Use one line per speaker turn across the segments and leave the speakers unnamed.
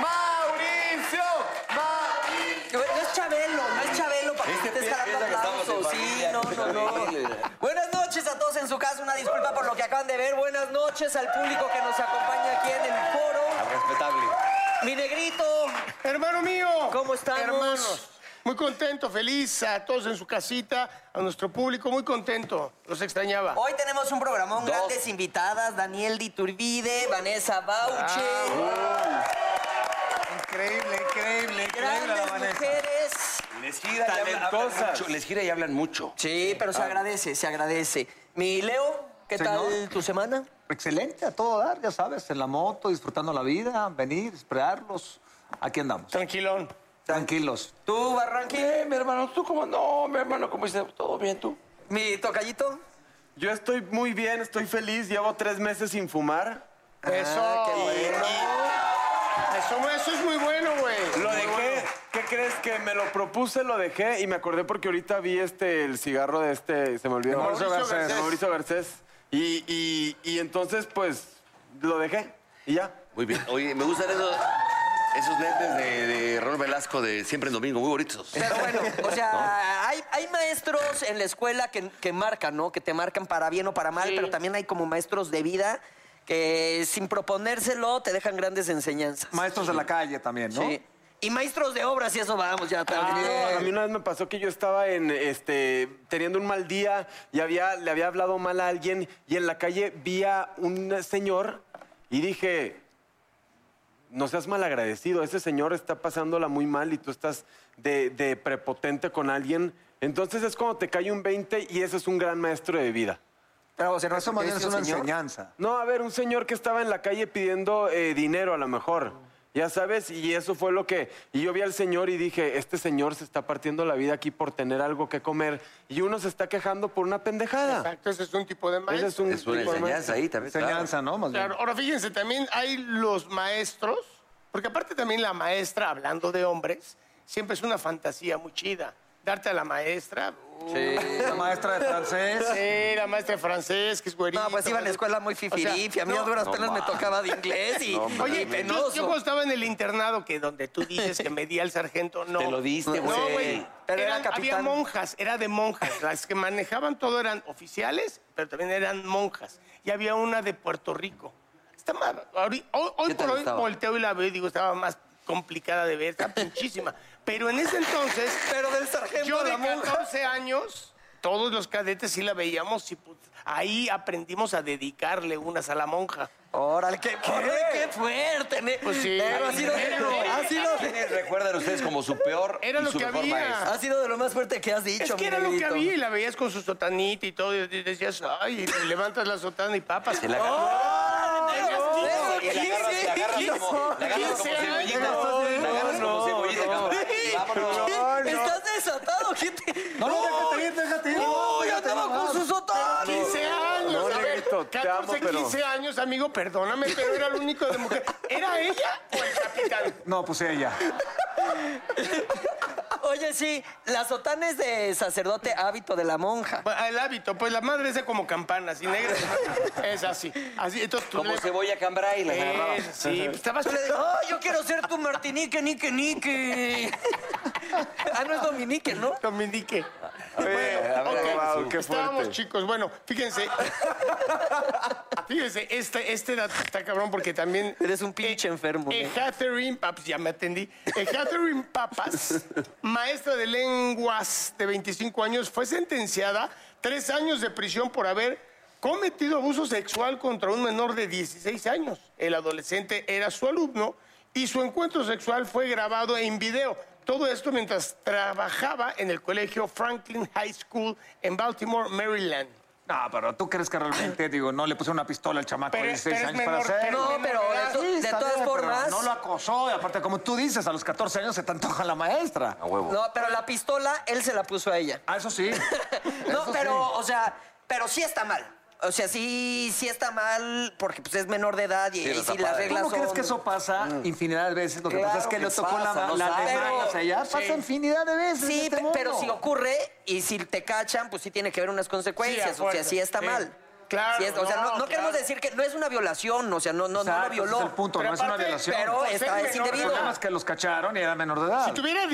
¡Mauricio!
No es Chabelo, no es Chabelo para que estés jalando aplausos. Sí, no, no, no. Buenas noches a todos en su casa. Una disculpa por lo que acaban de ver. Buenas noches al público que nos acompaña aquí en el foro.
Respetable.
Mi negrito,
Hermano mío.
¿Cómo estamos?
Hermanos. Muy contento, feliz a todos en su casita, a nuestro público, muy contento. Los extrañaba.
hoy tenemos un programón. Grandes invitadas: Daniel Diturbide, Vanessa Bauche.
Increíble, increíble, increíble la
Grandes
Vanessa.
mujeres.
Les gira, y hablan- hablan
Talentosas.
mucho. Les gira y hablan mucho.
Sí, pero
Ah.
se agradece, se agradece. Mi Leo, ¿qué tal
Señor.
tu semana?
Excelente, a todo dar, ya sabes, en la moto, disfrutando la vida, venir, esperarlos. Aquí andamos.
Tranquilón.
Tranquilos.
¿Tú, Barranqui?
Eh, mi hermano, tú cómo no, mi hermano, ¿cómo dices? ¿Todo bien tú?
¿Mi tocallito?
Yo estoy muy bien, estoy feliz, llevo tres meses sin fumar.
Eso. eso, eso es muy bueno, güey.
Lo dejé. ¿Qué crees que me lo propuse, lo dejé y me acordé porque ahorita vi este el cigarro de este, se me olvidó.
Mauricio Garcés.
De Mauricio Garcés. Y, y, y entonces pues lo dejé y ya.
Muy bien. Oye, me gustan esos, esos lentes de, de Ron Velasco de Siempre en Domingo, muy bonitos.
Pero bueno, o sea, hay, hay maestros en la escuela que, que marcan, ¿no? Que te marcan para bien o para mal, pero también hay como maestros de vida que sin proponérselo te dejan grandes enseñanzas.
Maestros de la calle también, ¿no?
Sí. Y maestros de obras, y eso vamos ya también.
A mí una vez me pasó que yo estaba en este teniendo un mal día y había, le había hablado mal a alguien y en la calle vi a un señor y dije, no seas malagradecido, ese señor está pasándola muy mal y tú estás de, de prepotente con alguien. Entonces es cuando te cae un 20 y ese es un gran maestro de vida.
Pero, o sea, no, eso más bien es
¿Qué
una
decía, señor?
enseñanza.
No, a ver, un señor que estaba en la calle pidiendo eh, dinero a lo mejor. Ya sabes, y eso fue lo que... Y yo vi al señor y dije, este señor se está partiendo la vida aquí por tener algo que comer. Y uno se está quejando por una pendejada.
Exacto, ese es un tipo de
Ese
maestro.
es un
Es una
tipo de
enseñanza ahí también. claro.
Enseñanza, ¿no? Más bien.
Claro, ahora fíjense, también hay los maestros, porque aparte también la maestra, hablando de hombres, siempre es una fantasía muy chida. Darte a la maestra. uh,
La maestra de francés.
sí, la maestra de francés, que es güerita.
No, pues iba a la escuela muy fifirí, a mí a duras penas me tocaba de inglés y, y
Oye, yo,
penoso.
yo cuando estaba en el internado, que donde tú dices que me di al sargento, no.
Te lo diste, güey.
No, güey.
Pero era
Eran- había
capitán.
monjas, era de monjas. Las que manejaban todo eran oficiales, pero también eran monjas. Y había una de Puerto Rico. Está más- ahori- hoy hoy
¿Qué tal
por hoy
estaba?
volteo y la veo y digo, estaba más complicada de ver, está pinchísima. Pero en ese entonces,
Pero del sargento
yo
a
de
la monja.
14 años, todos los cadetes sí la veíamos y put- ahí aprendimos a dedicarle unas a la monja.
Órale, qué, órale, qué fuerte. ne-
Pues sí.
Pero ha sido,
Pero-
ah,
ha sido
¿Quiénes recuerdan ustedes como su peor
Era
y
lo
su
que
mejor
había.
maestro?
Ha sido de lo más fuerte que has
Es
dicho,
que era lo que había y la veías con su sotanita y todo. Y decías, ay, y levantas la sotana y papas. Oh,
Te la agarras-
¿Qué
te la agarras- te la agarras como- la agarras como cebollita. La agarras como cebollita. Vámonos.
Estás desatado, gente.
No, no, déjate ir, déjate ir.
¡Uy, andaba con su sotón!
15 años.
No,
a ver,
negrito, amo,
14,
pero-
15 años, amigo, perdóname, pero era el único de mujer. ¿Era ella o el capitán?
No, pues ella.
Oye, sí, la sotana es de sacerdote, hábito de la monja.
Bueno, El hábito, pues la madre es de como campana, así negra. Es así. Así, entonces tú
Como
le-
cebolla cambrai, las agarraba.
Es, sí, pues, estabas...
Yo le digo, ¡ay, yo quiero ser tu martinique, nique, nique! ah, no es dominique, ¿no?
Dominique.
a ver,
ok.
wow, qué
Estábamos
fuerte.
chicos. Bueno, fíjense. Fíjense, este, este dato está cabrón porque también.
Eres un pinche enfermo, ¿eh?
Catherine Papas, ya me atendí. Eh, Catherine Papas, maestra de lenguas de 25 años, fue sentenciada tres años de prisión por haber cometido abuso sexual contra un menor de 16 años. El adolescente era su alumno y su encuentro sexual fue grabado en video. Todo esto mientras trabajaba en el colegio Franklin High School en Baltimore, Maryland.
No, pero tú crees que realmente, digo, no le puse una pistola al chamaco
Pero-
de 16
pero es
años para
menor,
hacerlo.
No, pero de, to-
Sí,
de
está
todas
bien, pero
formas.
No lo acosó, y aparte, como tú dices, a los 14 años se te antoja la maestra.
No, pero la pistola él se la puso a ella.
Ah, eso sí.
No,
Eso
pero,
sí.
o sea, pero sí está mal. O sea, sí, sí está mal porque pues es menor de edad y,
Sí,
y
los
si las
apaga.
reglas
¿Cómo crees
son-
que eso pasa
Mm.
infinidad de veces? Lo que
Claro
pasa es que,
que
le tocó
pasa,
la,
no
la
sabes.
de
Pero-
manos allá. Pasa infinidad de veces. en
Sí,
este
pe- pero
mundo.
si ocurre y si te cachan, pues sí tiene que haber unas consecuencias.
Sí, a
o sea,
fuerza,
sí está
sí.
mal.
Claro,
Sí es- o sea, no,
no,
no queremos
claro.
decir que no es una violación, o sea, no, no, no
Exacto, ese
lo violó.
Es el punto,
Pero
no es una
aparte,
violación.
Pero
Por ser
está, es
menor de
El
indebido.
problema es que los cacharon y era menor de edad.
Si tuviera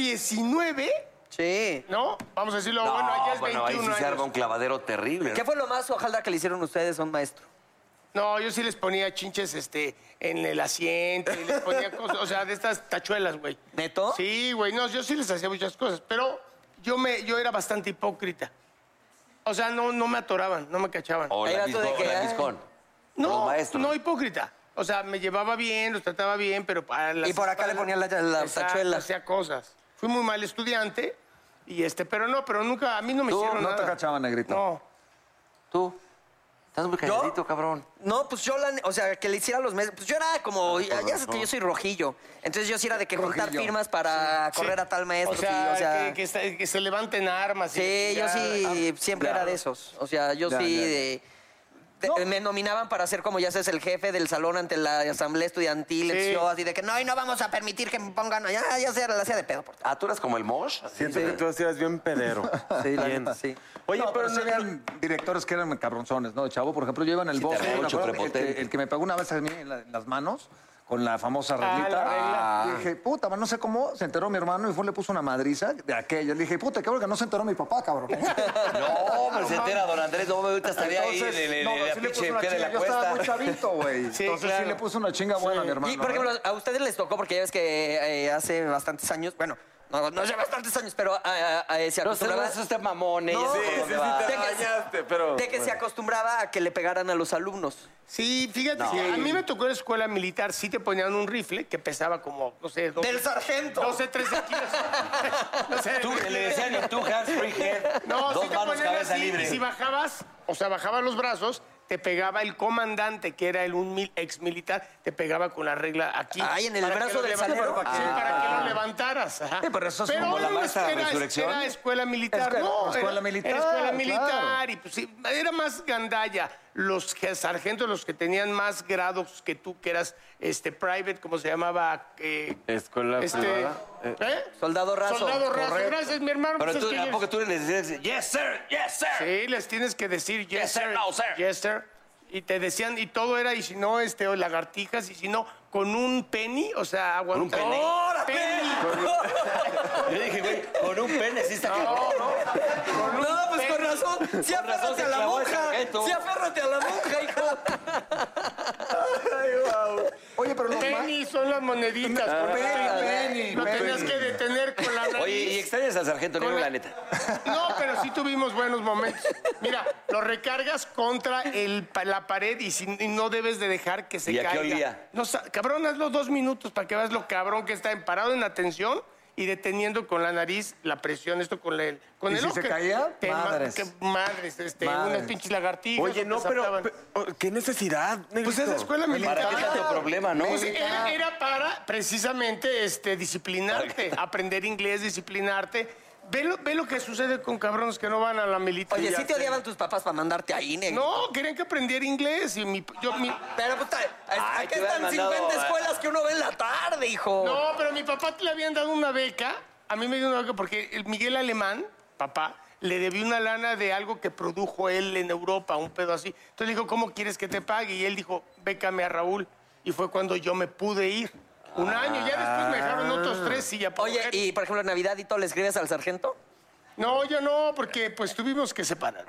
19,
Sí.
¿no? Vamos a decirlo,
No,
bueno, allá es
bueno,
21
ahí sí se
años.
arma un clavadero terrible. ¿no?
¿Qué fue lo más ojalá que le hicieron ustedes a un maestro?
No, yo sí les ponía chinches este, en el asiento y les ponía cosas, o sea, de estas tachuelas, güey.
¿Neto?
Sí, güey, no, yo sí les hacía muchas cosas, pero yo, me, yo era bastante hipócrita. O sea, no, no me atoraban, no me cachaban.
O
Ahí
la
va tú de
disco-
que,
o la
ay.
discón. Oh, los
no,
maestros.
no hipócrita. O sea, me llevaba bien, los trataba bien, pero para las
Y por acá le ponían la- la
Exacto,
tachuela.
hacía cosas. Fui muy mal estudiante y este, pero no, pero nunca, a mí no me
Tú
hicieron
no te
nada.
cachaban, negrito.
No.
Tú. Estás muy calladito, cabrón.
No, pues yo, la, ne- o sea, que le hiciera los meses. Pues yo era como, ya, ya sabes que yo soy rojillo. Entonces yo sí era de que juntar
Ah, Rojillo.
firmas para correr a tal maestro.
O sea,
sí, o sea,
que, que está- que se levanten armas. y
sí, yo
la chingada.
ah,
sí siempre era de esos. O sea, yo
Ya,
sí
ya, ya.
de- de- Me nominaban para ser como ya sabes el jefe del salón ante la asamblea estudiantil. entonces yo así de que no, y no vamos a permitir que me pongan. Ya, ya se la hacía de pedo. Por...
Ah, tú eras como el Mosh.
Siento que tú hacías bien pedero.
Sí, la
Bien.
neta, sí.
Oye,
No,
pero,
pero sí
no-
habían directores que eran cabronzones, ¿no? Chavo, por ejemplo, yo iba en el bosque.
también
¿me
mucho
acuerdas? el,
prepotente.
que, el que me pegó una vez a mí en, la- en las manos con Ah, la famosa
la
reglita.
regla.
Ah.
Y dije, puta, man, no sé cómo. Se enteró mi hermano y fue, le puso una madriza de aquella. Le dije, puta, qué bueno que no se enteró mi papá, cabrón.
No, pero Oh, pues, se entera, don Andrés. No, ahorita estaría ahí en, el- en
no,
la
sí le puse
pinche
una
pie de
chinga.
la
Yo estaba muy
cuesta.
chavito, güey.
Sí,
Entonces
claro.
sí le puse una chinga buena a mi hermano.
Y, por ejemplo, a ustedes les tocó, porque ya ves que eh, hace bastantes años, bueno, no, no hace bastantes años, pero ah, ah, ah, se
No, usted
acostumbraba...
no es usted mamón.
No,
ella
sí,
es
sí,
como
sí,
de va.
te
te bañaste, pero...
de que se acostumbraba a que le pegaran a los alumnos.
Sí, fíjate, que a mí me tocó en la escuela militar, sí te ponían un rifle que pesaba como, no sé, 12,
¡Del sargento!
12 13 kilos. no sé,
Tú le decían y tú, hands free head.
No, sí te
Dos manos,
ponían
cabeza
así,
libre.
y si bajabas, o sea, bajabas los brazos, te pegaba el comandante, que era el un mil- ex militar, te pegaba con la regla aquí.
Ay, en el
Para que
brazo
lo
del
levan-
salero.
Sí,
Ah.
para que lo levantaras. ajá.
Sí, pero eso es como
era
la
una
maestra de la
escuela-
resurrección.
Era escuela militar,
Escuela-
¿no?
escuela
era-
militar,
Era escuela militar.
claro.
Y pues, sí, era más gandalla. Los que- sargentos, los que tenían más grados que tú, que eras este private, como se llamaba. eh,
Escuela
este,
privada. Eh,
¿eh?
Soldado raso.
Soldado raso.
Correcto.
Gracias, mi hermano.
Pero
pues,
tú,
es que
¿a
yo-
poco tú le decías, yes, sir, yes, sir?
Sí, les tienes que decir yes,
Yes, sir,
sir,
no, sir.
Yes, sir. Y te decían, y todo era, y si no, este, o lagartijas, y si no, con un penny, o sea, aguantó.
penny.
penny!
Yo dije, güey, con un pene sí está cabrón.
No, pues con razón. Sí,
razón
aférrate
se
a la
clavó el
monja.
sargento.
Sí, aférrate a la monja, hijo.
Oye, pero los ma-
Penny son las moneditas. con un
penny,
Lo
penny.
tenías que detener con la nariz.
Oye, ¿y extrañas al sargento
Con
negro,
la-
la neta?
No, pero sí tuvimos buenos momentos. Mira, lo recargas contra el, pa- la pared y, si- y no debes de dejar que se
¿Y a qué
caiga.
olía?
No, sa- cabrón, hazlo dos minutos para que veas lo cabrón que está en- parado en atención y deteniendo con la nariz la presión, esto con el con
¿Y
el
si
ojo,
se
que-
caía?
te ma-
Madres.
que madres, este,
Madres.
unas pinches lagartijas.
Oye,
que
no,
te
pero...
saltaban.
pero- ¿Qué necesidad, negrito?
Pues es de escuela militar.
¿Para qué tanto problema, no?
Pues era, era para precisamente este, disciplinarte, aprender inglés, disciplinarte. Ve lo, ve lo que sucede con cabrones que no van a la militar.
Oye, ¿sí te odiaban tus papás para mandarte ahí, negro?
No, querían que aprendiera inglés y mi, yo, mi-
Pero, pues, puta,
Ay,
acá
te hubieran
están
mandado,
50
ah.
escuelas que uno ve en la tarde, hijo.
No, pero a mi papá le habían dado una beca. A mí me dio una beca porque el Miguel Alemán, papá, le debió una lana de algo que produjo él en Europa, un pedo así. Entonces le dijo, ¿cómo quieres que te pague? Y él dijo, bécame a Raúl. Y fue cuando yo me pude ir. Un año, ya después me dejaron otros tres y ya puedo
Ah. Oye,
ver.
y por ejemplo, en Navidad y todo, ¿le escribes al sargento?
No, ya no, porque pues tuvimos que separar.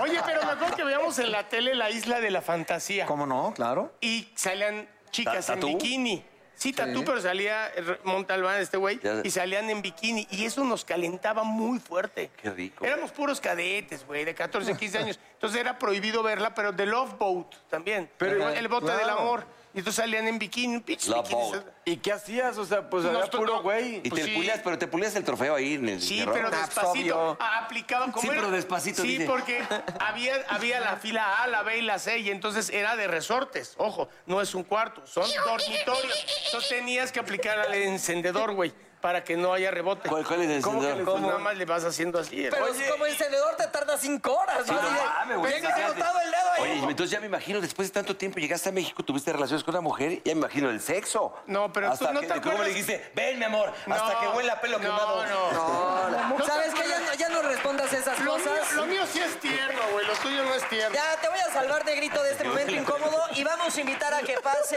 Oye, pero me acuerdo que veíamos en la tele la isla de la fantasía.
¿Cómo no? Claro.
y salían chicas
Ta-
en
¿tatú?
bikini. Sí, tatú, pero salía eh, Montalbán, este güey,
Ya.
y salían en bikini. Y eso nos calentaba muy fuerte.
Qué rico.
Éramos puros cadetes, güey, de 14, 15 años. Entonces era prohibido verla, pero The Love Boat también.
Pero-
el bote del
claro.
amor. Y entonces salían en bikini, pinches
Love
bikinis.
Boat.
¿Y qué hacías? O sea, pues era
Nos tocó-
puro güey.
Y
Pues
te
sí.
pulías, pero te pulías el trofeo ahí en el
Sí,
terreno.
pero
Ah,
despacito.
obvio.
A- Aplicaba como
Sí,
era-
pero despacito,
Sí,
dice.
porque había, había la fila A, la B y la C, y entonces era de resortes. Ojo, no es un cuarto, son dormitorios. Entonces tenías que aplicar al encendedor, güey, para que no haya rebote.
¿Cuál, cuál es el
¿Cómo que
encendedor?
Entonces nada más le vas haciendo así. eh?
Pero pues,
Oye,
como encendedor te tarda cinco horas, ¿no?
no mames, güey,
Llegas
imagínate.
agotado el dedo ahí.
Oye, entonces ya me imagino, después de tanto tiempo llegaste a México, tuviste relaciones con una mujer, ya me imagino el sexo.
No, pero tú
Hasta
no
que-
te
¿Cómo
acuerdas?
le dijiste? Ven, mi amor, hasta
No,
que huela a pelo
no,
quemado.
no.
Ahora, ¿Sabes qué? Ya, no- ya no respondas esas
Lo mío,
cosas.
lo mío sí es tierno, güey, lo tuyo no es tierno.
Ya te voy a salvar de grito de este momento incómodo y vamos a invitar a que pase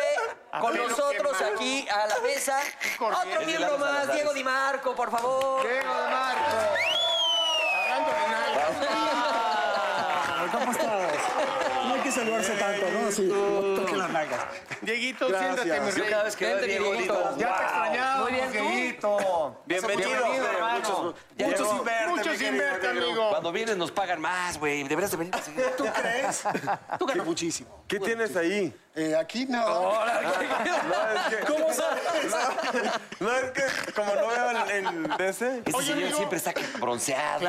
A
con
pelo
nosotros
quemado.
aquí a la mesa.
corriente.
Otro miembro más, Diego Di Marco, por favor.
Diego de Marco. Hablando de nada.
¿Cómo estás? No hay que saludarse tanto, ¿no? Sí, no toque las nalgas.
Dieguito, siéntate, mi
Yo
rey.
cada vez que veo a
Vente,
Diego
Dieguito.
digo,
Ya te extrañaba,
Muy bien, ¿tú?
Dieguito.
Bienvenido.
Bienvenido, hermano.
Muchos-
Ya
muchos
llegó.
sin verte,
Mucho
mi
sin
querido
verte,
negro.
amigo.
cuando vienes nos pagan más, güey, deberías de venir a seguir.
¿Tú crees? Tú ganas muchísimo.
¿Qué tienes ahí?
Eh, aquí no.
¿Cómo sabes? No, es que como no veo el, el de ese.
Este
Oye,
señor
amigo.
siempre está bronceado.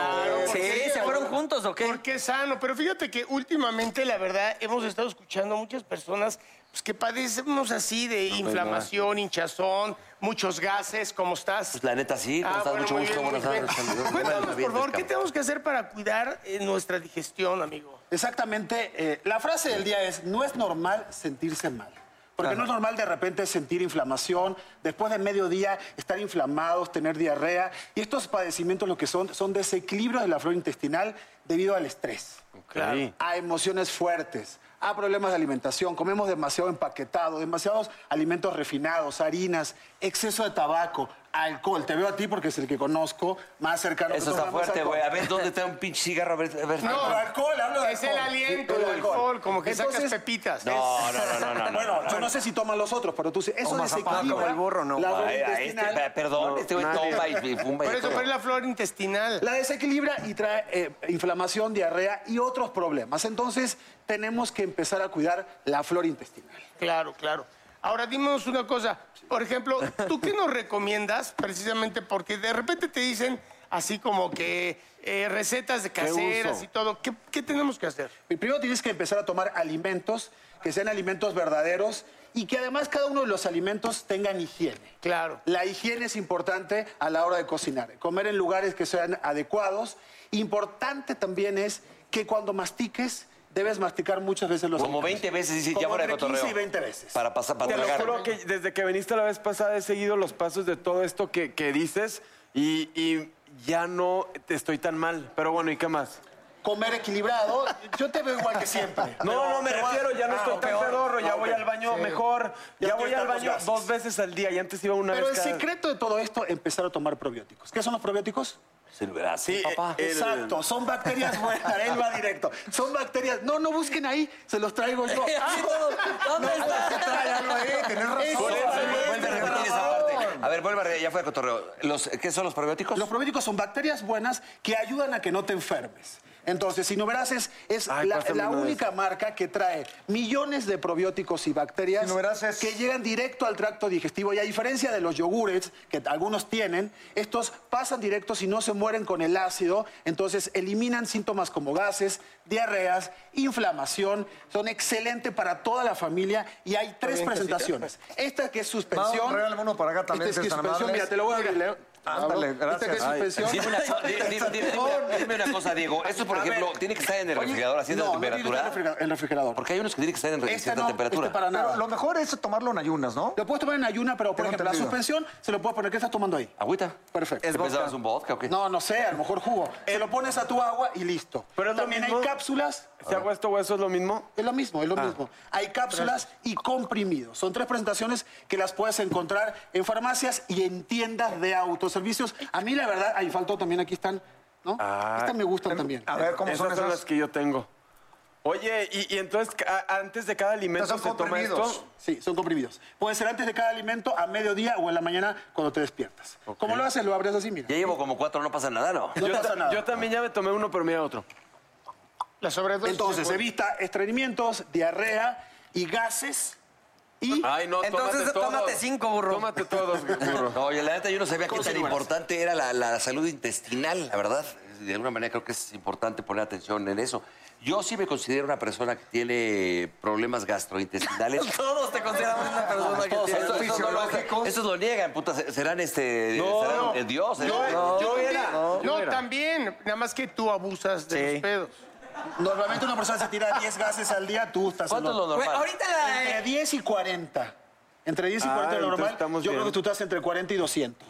Sí, ¿se fueron juntos o qué?
Porque es sano, pero fíjate que últimamente, la verdad, hemos estado escuchando a muchas personas pues, que padecemos así de
pues,
inflamación, hinchazón, muchos gases. ¿Cómo estás?
Pues la neta sí, ¿cómo
Ah,
estás?
bueno,
Mucho
muy
gusto,
bien,
buenas
muy
tardes.
bien.
saludos.
Cuéntanos, por favor, ¿qué
Buenas
tenemos que hacer para cuidar eh, nuestra digestión, amigo?
Exactamente. eh, la frase del día es, no es normal sentirse mal. Porque no es normal de repente sentir inflamación, después del mediodía estar inflamados, tener diarrea. Y estos padecimientos lo que son son desequilibrios de la flora intestinal debido al estrés.
Claro.
a emociones fuertes, a problemas de alimentación. Comemos demasiado empaquetado, demasiados alimentos refinados, harinas, exceso de tabaco, alcohol. Te veo a ti porque es el que conozco más cercano.
Eso
Tú
está
tomas más
fuerte,
alcohol.
güey. A ver, ¿dónde está un pinche cigarro? A ver, a ver.
No, alcohol, hablo de
Es el
alcohol.
aliento,
Sí,
el alcohol, como que sacas pepitas.
No, no, no, no, no, no.
Bueno, yo no sé si toman los otros, pero tú sí. Eso
Toma zapaco,
desequilibra
el burro, no.
la flora
Ay, ay, este,
intestinal.
perdón, este güey toma y y fuma. y
Por eso,
todo.
pero es la flora intestinal.
La desequilibra y trae eh, inflamación, diarrea y otros problemas. Entonces, tenemos que empezar a cuidar la flora intestinal.
Claro, claro. Ahora, dinos una cosa. Por ejemplo, ¿tú qué nos recomiendas? Precisamente porque de repente te dicen así como que eh, recetas de caseras
uso?
y todo. ¿Qué, qué tenemos que hacer?
Primero tienes que empezar a tomar alimentos que sean alimentos verdaderos y que además cada uno de los alimentos tengan higiene.
Claro.
La higiene es importante a la hora de cocinar. Comer en lugares que sean adecuados. Importante también es que cuando mastiques, debes masticar muchas veces los
Como
alimentos.
20 veces dices,
Como
ya fuera de
entre 15
cotorreo.
y 20 veces.
Para pasar, para
Te lo
tragar.
juro que desde que viniste la vez pasada he seguido los pasos de todo esto que, que dices y, y ya no te estoy tan mal. Pero bueno, ¿y qué más?
Comer equilibrado, yo te veo igual que siempre.
No, no, me refiero, ya
Ah,
no estoy tan pedorro, ya voy al baño mejor, ya,
Ya
voy
estoy
al
tan
baño
gases.
dos veces al día y antes iba una
Pero el
vez cada...
secreto de todo esto, empezar a tomar probióticos. ¿Qué son los probióticos?
Se lo verás,
Sí,
sí, papá.
eh,
Exacto, son bacterias buenas, él va directo. Son bacterias, no, no busquen ahí, se los traigo yo. Ah,
Así todo, ¿Dónde está?
Vuelve a repetir- vuelve a repetir esa parte. A ver, vuelve a repetir, ya fuera de cotorreo. Los, ¿Qué son los probióticos?
Los probióticos son bacterias buenas que ayudan a que no te enfermes. Entonces, Sinoveras es, es
Ay,
la,
pásame
la
una de
única marca que trae millones de probióticos y bacterias
Sinoveras es-
que llegan directo al tracto digestivo. Y a diferencia de los yogures, que algunos tienen, estos pasan directos y no se mueren con el ácido. Entonces, eliminan síntomas como gases, diarreas, inflamación. Son excelentes para toda la familia y hay tres presentaciones. Esta que es suspensión.
Mau, regálame uno para acá también,
Esta es
si es tan
suspensión,
amable.
mira, te lo voy a abrir. Leo.
Ándale, gracias.
¿Viste qué suspensión?
Dime una, co- di- di- di- dime una- dime una cosa, Diego. Esto, por ejemplo, tiene que estar en el refrigerador a cierta
no, no tiene que
temperatura.
estar en el refrigerador- en el refrigerador.
Porque hay unos que tienen que estar en re-
Este
cierta
no,
temperatura.
este para nada.
Pero lo mejor es tomarlo en ayunas, ¿no?
Lo puedes tomar en ayuna, pero por
Tengo
ejemplo, la
entendido.
suspensión se lo puedes poner. ¿Qué estás tomando ahí?
Agüita.
Perfecto.
¿Te pensabas un vodka o qué?
No, no sé, a lo mejor jugo. Se lo pones a tu agua y listo.
Pero es lo
También
mismo.
hay cápsulas.
Si hago esto o eso es lo mismo.
Es lo mismo, es lo mismo. Hay cápsulas y comprimidos. Son tres presentaciones que las puedes encontrar en farmacias y en tiendas de autoservicios. A mí, la verdad, ahí faltó también, aquí están, ¿no? Estas me gustan también.
A ver, ¿cómo
esas
son
son
esas?
las que yo tengo. Oye, y, y entonces ca- antes de cada alimento
Estas
se
son
toma
comprimidos.
esto.
Sí, son comprimidos. Puede ser antes de cada alimento, a mediodía o en la mañana cuando te despiertas. ¿Cómo lo haces? Lo abres así, mira.
Ya llevo como cuatro, no pasa nada, ¿no?
No
yo,
pasa
ta-
nada.
yo también ya me tomé uno, pero mira otro.
La sobredosis.
Entonces,
de-
evita estreñimientos, diarrea y gases. Y
Ay, no,
Entonces,
tómate todos.
tómate cinco, burro.
Tómate todos, burro.
No, oye, la neta yo no sabía qué tan importante era la, la salud intestinal, la verdad. De alguna manera creo que es importante poner atención en eso. Yo sí me considero una persona que tiene problemas gastrointestinales.
Todos te consideramos una persona que tiene...
Esto- esto no lo- Estos lo niegan, puta. Serán este. serán eh, Dios. eh,
Yo,
no.
yo
era.
también,
No,
yo
era.
también, nada más que tú abusas de
Sí.
los pedos.
normalmente una persona se tira 10 gases al día, tú estás... en
¿Cuánto es
lo-
lo normal?
ahorita la... eh,
Entre 10 y 40. Entre 10 y
Ah,
40 es lo
entonces
normal. Yo
estamos bien.
creo que tú estás entre 40 y 200.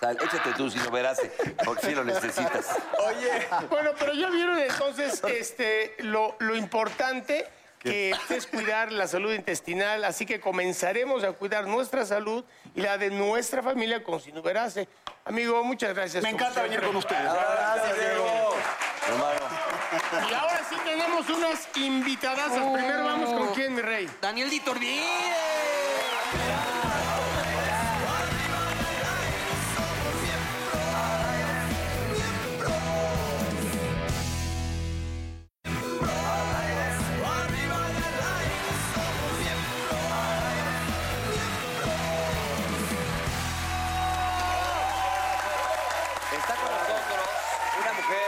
Sal, échate tú si no verás, porque si lo necesitas.
Oye,
Bueno, pero ya vieron entonces este, lo, lo importante que es cuidar la salud intestinal, así que comenzaremos a cuidar nuestra salud y la de nuestra familia con Sinuberase. Amigo, muchas gracias.
Me
como
encanta venir
siempre.
con ustedes.
Hermano.
Y ahora sí tenemos unas invitadas. Primero vamos con quién, mi rey.
Daniel Di Turbide.
Está con nosotros una mujer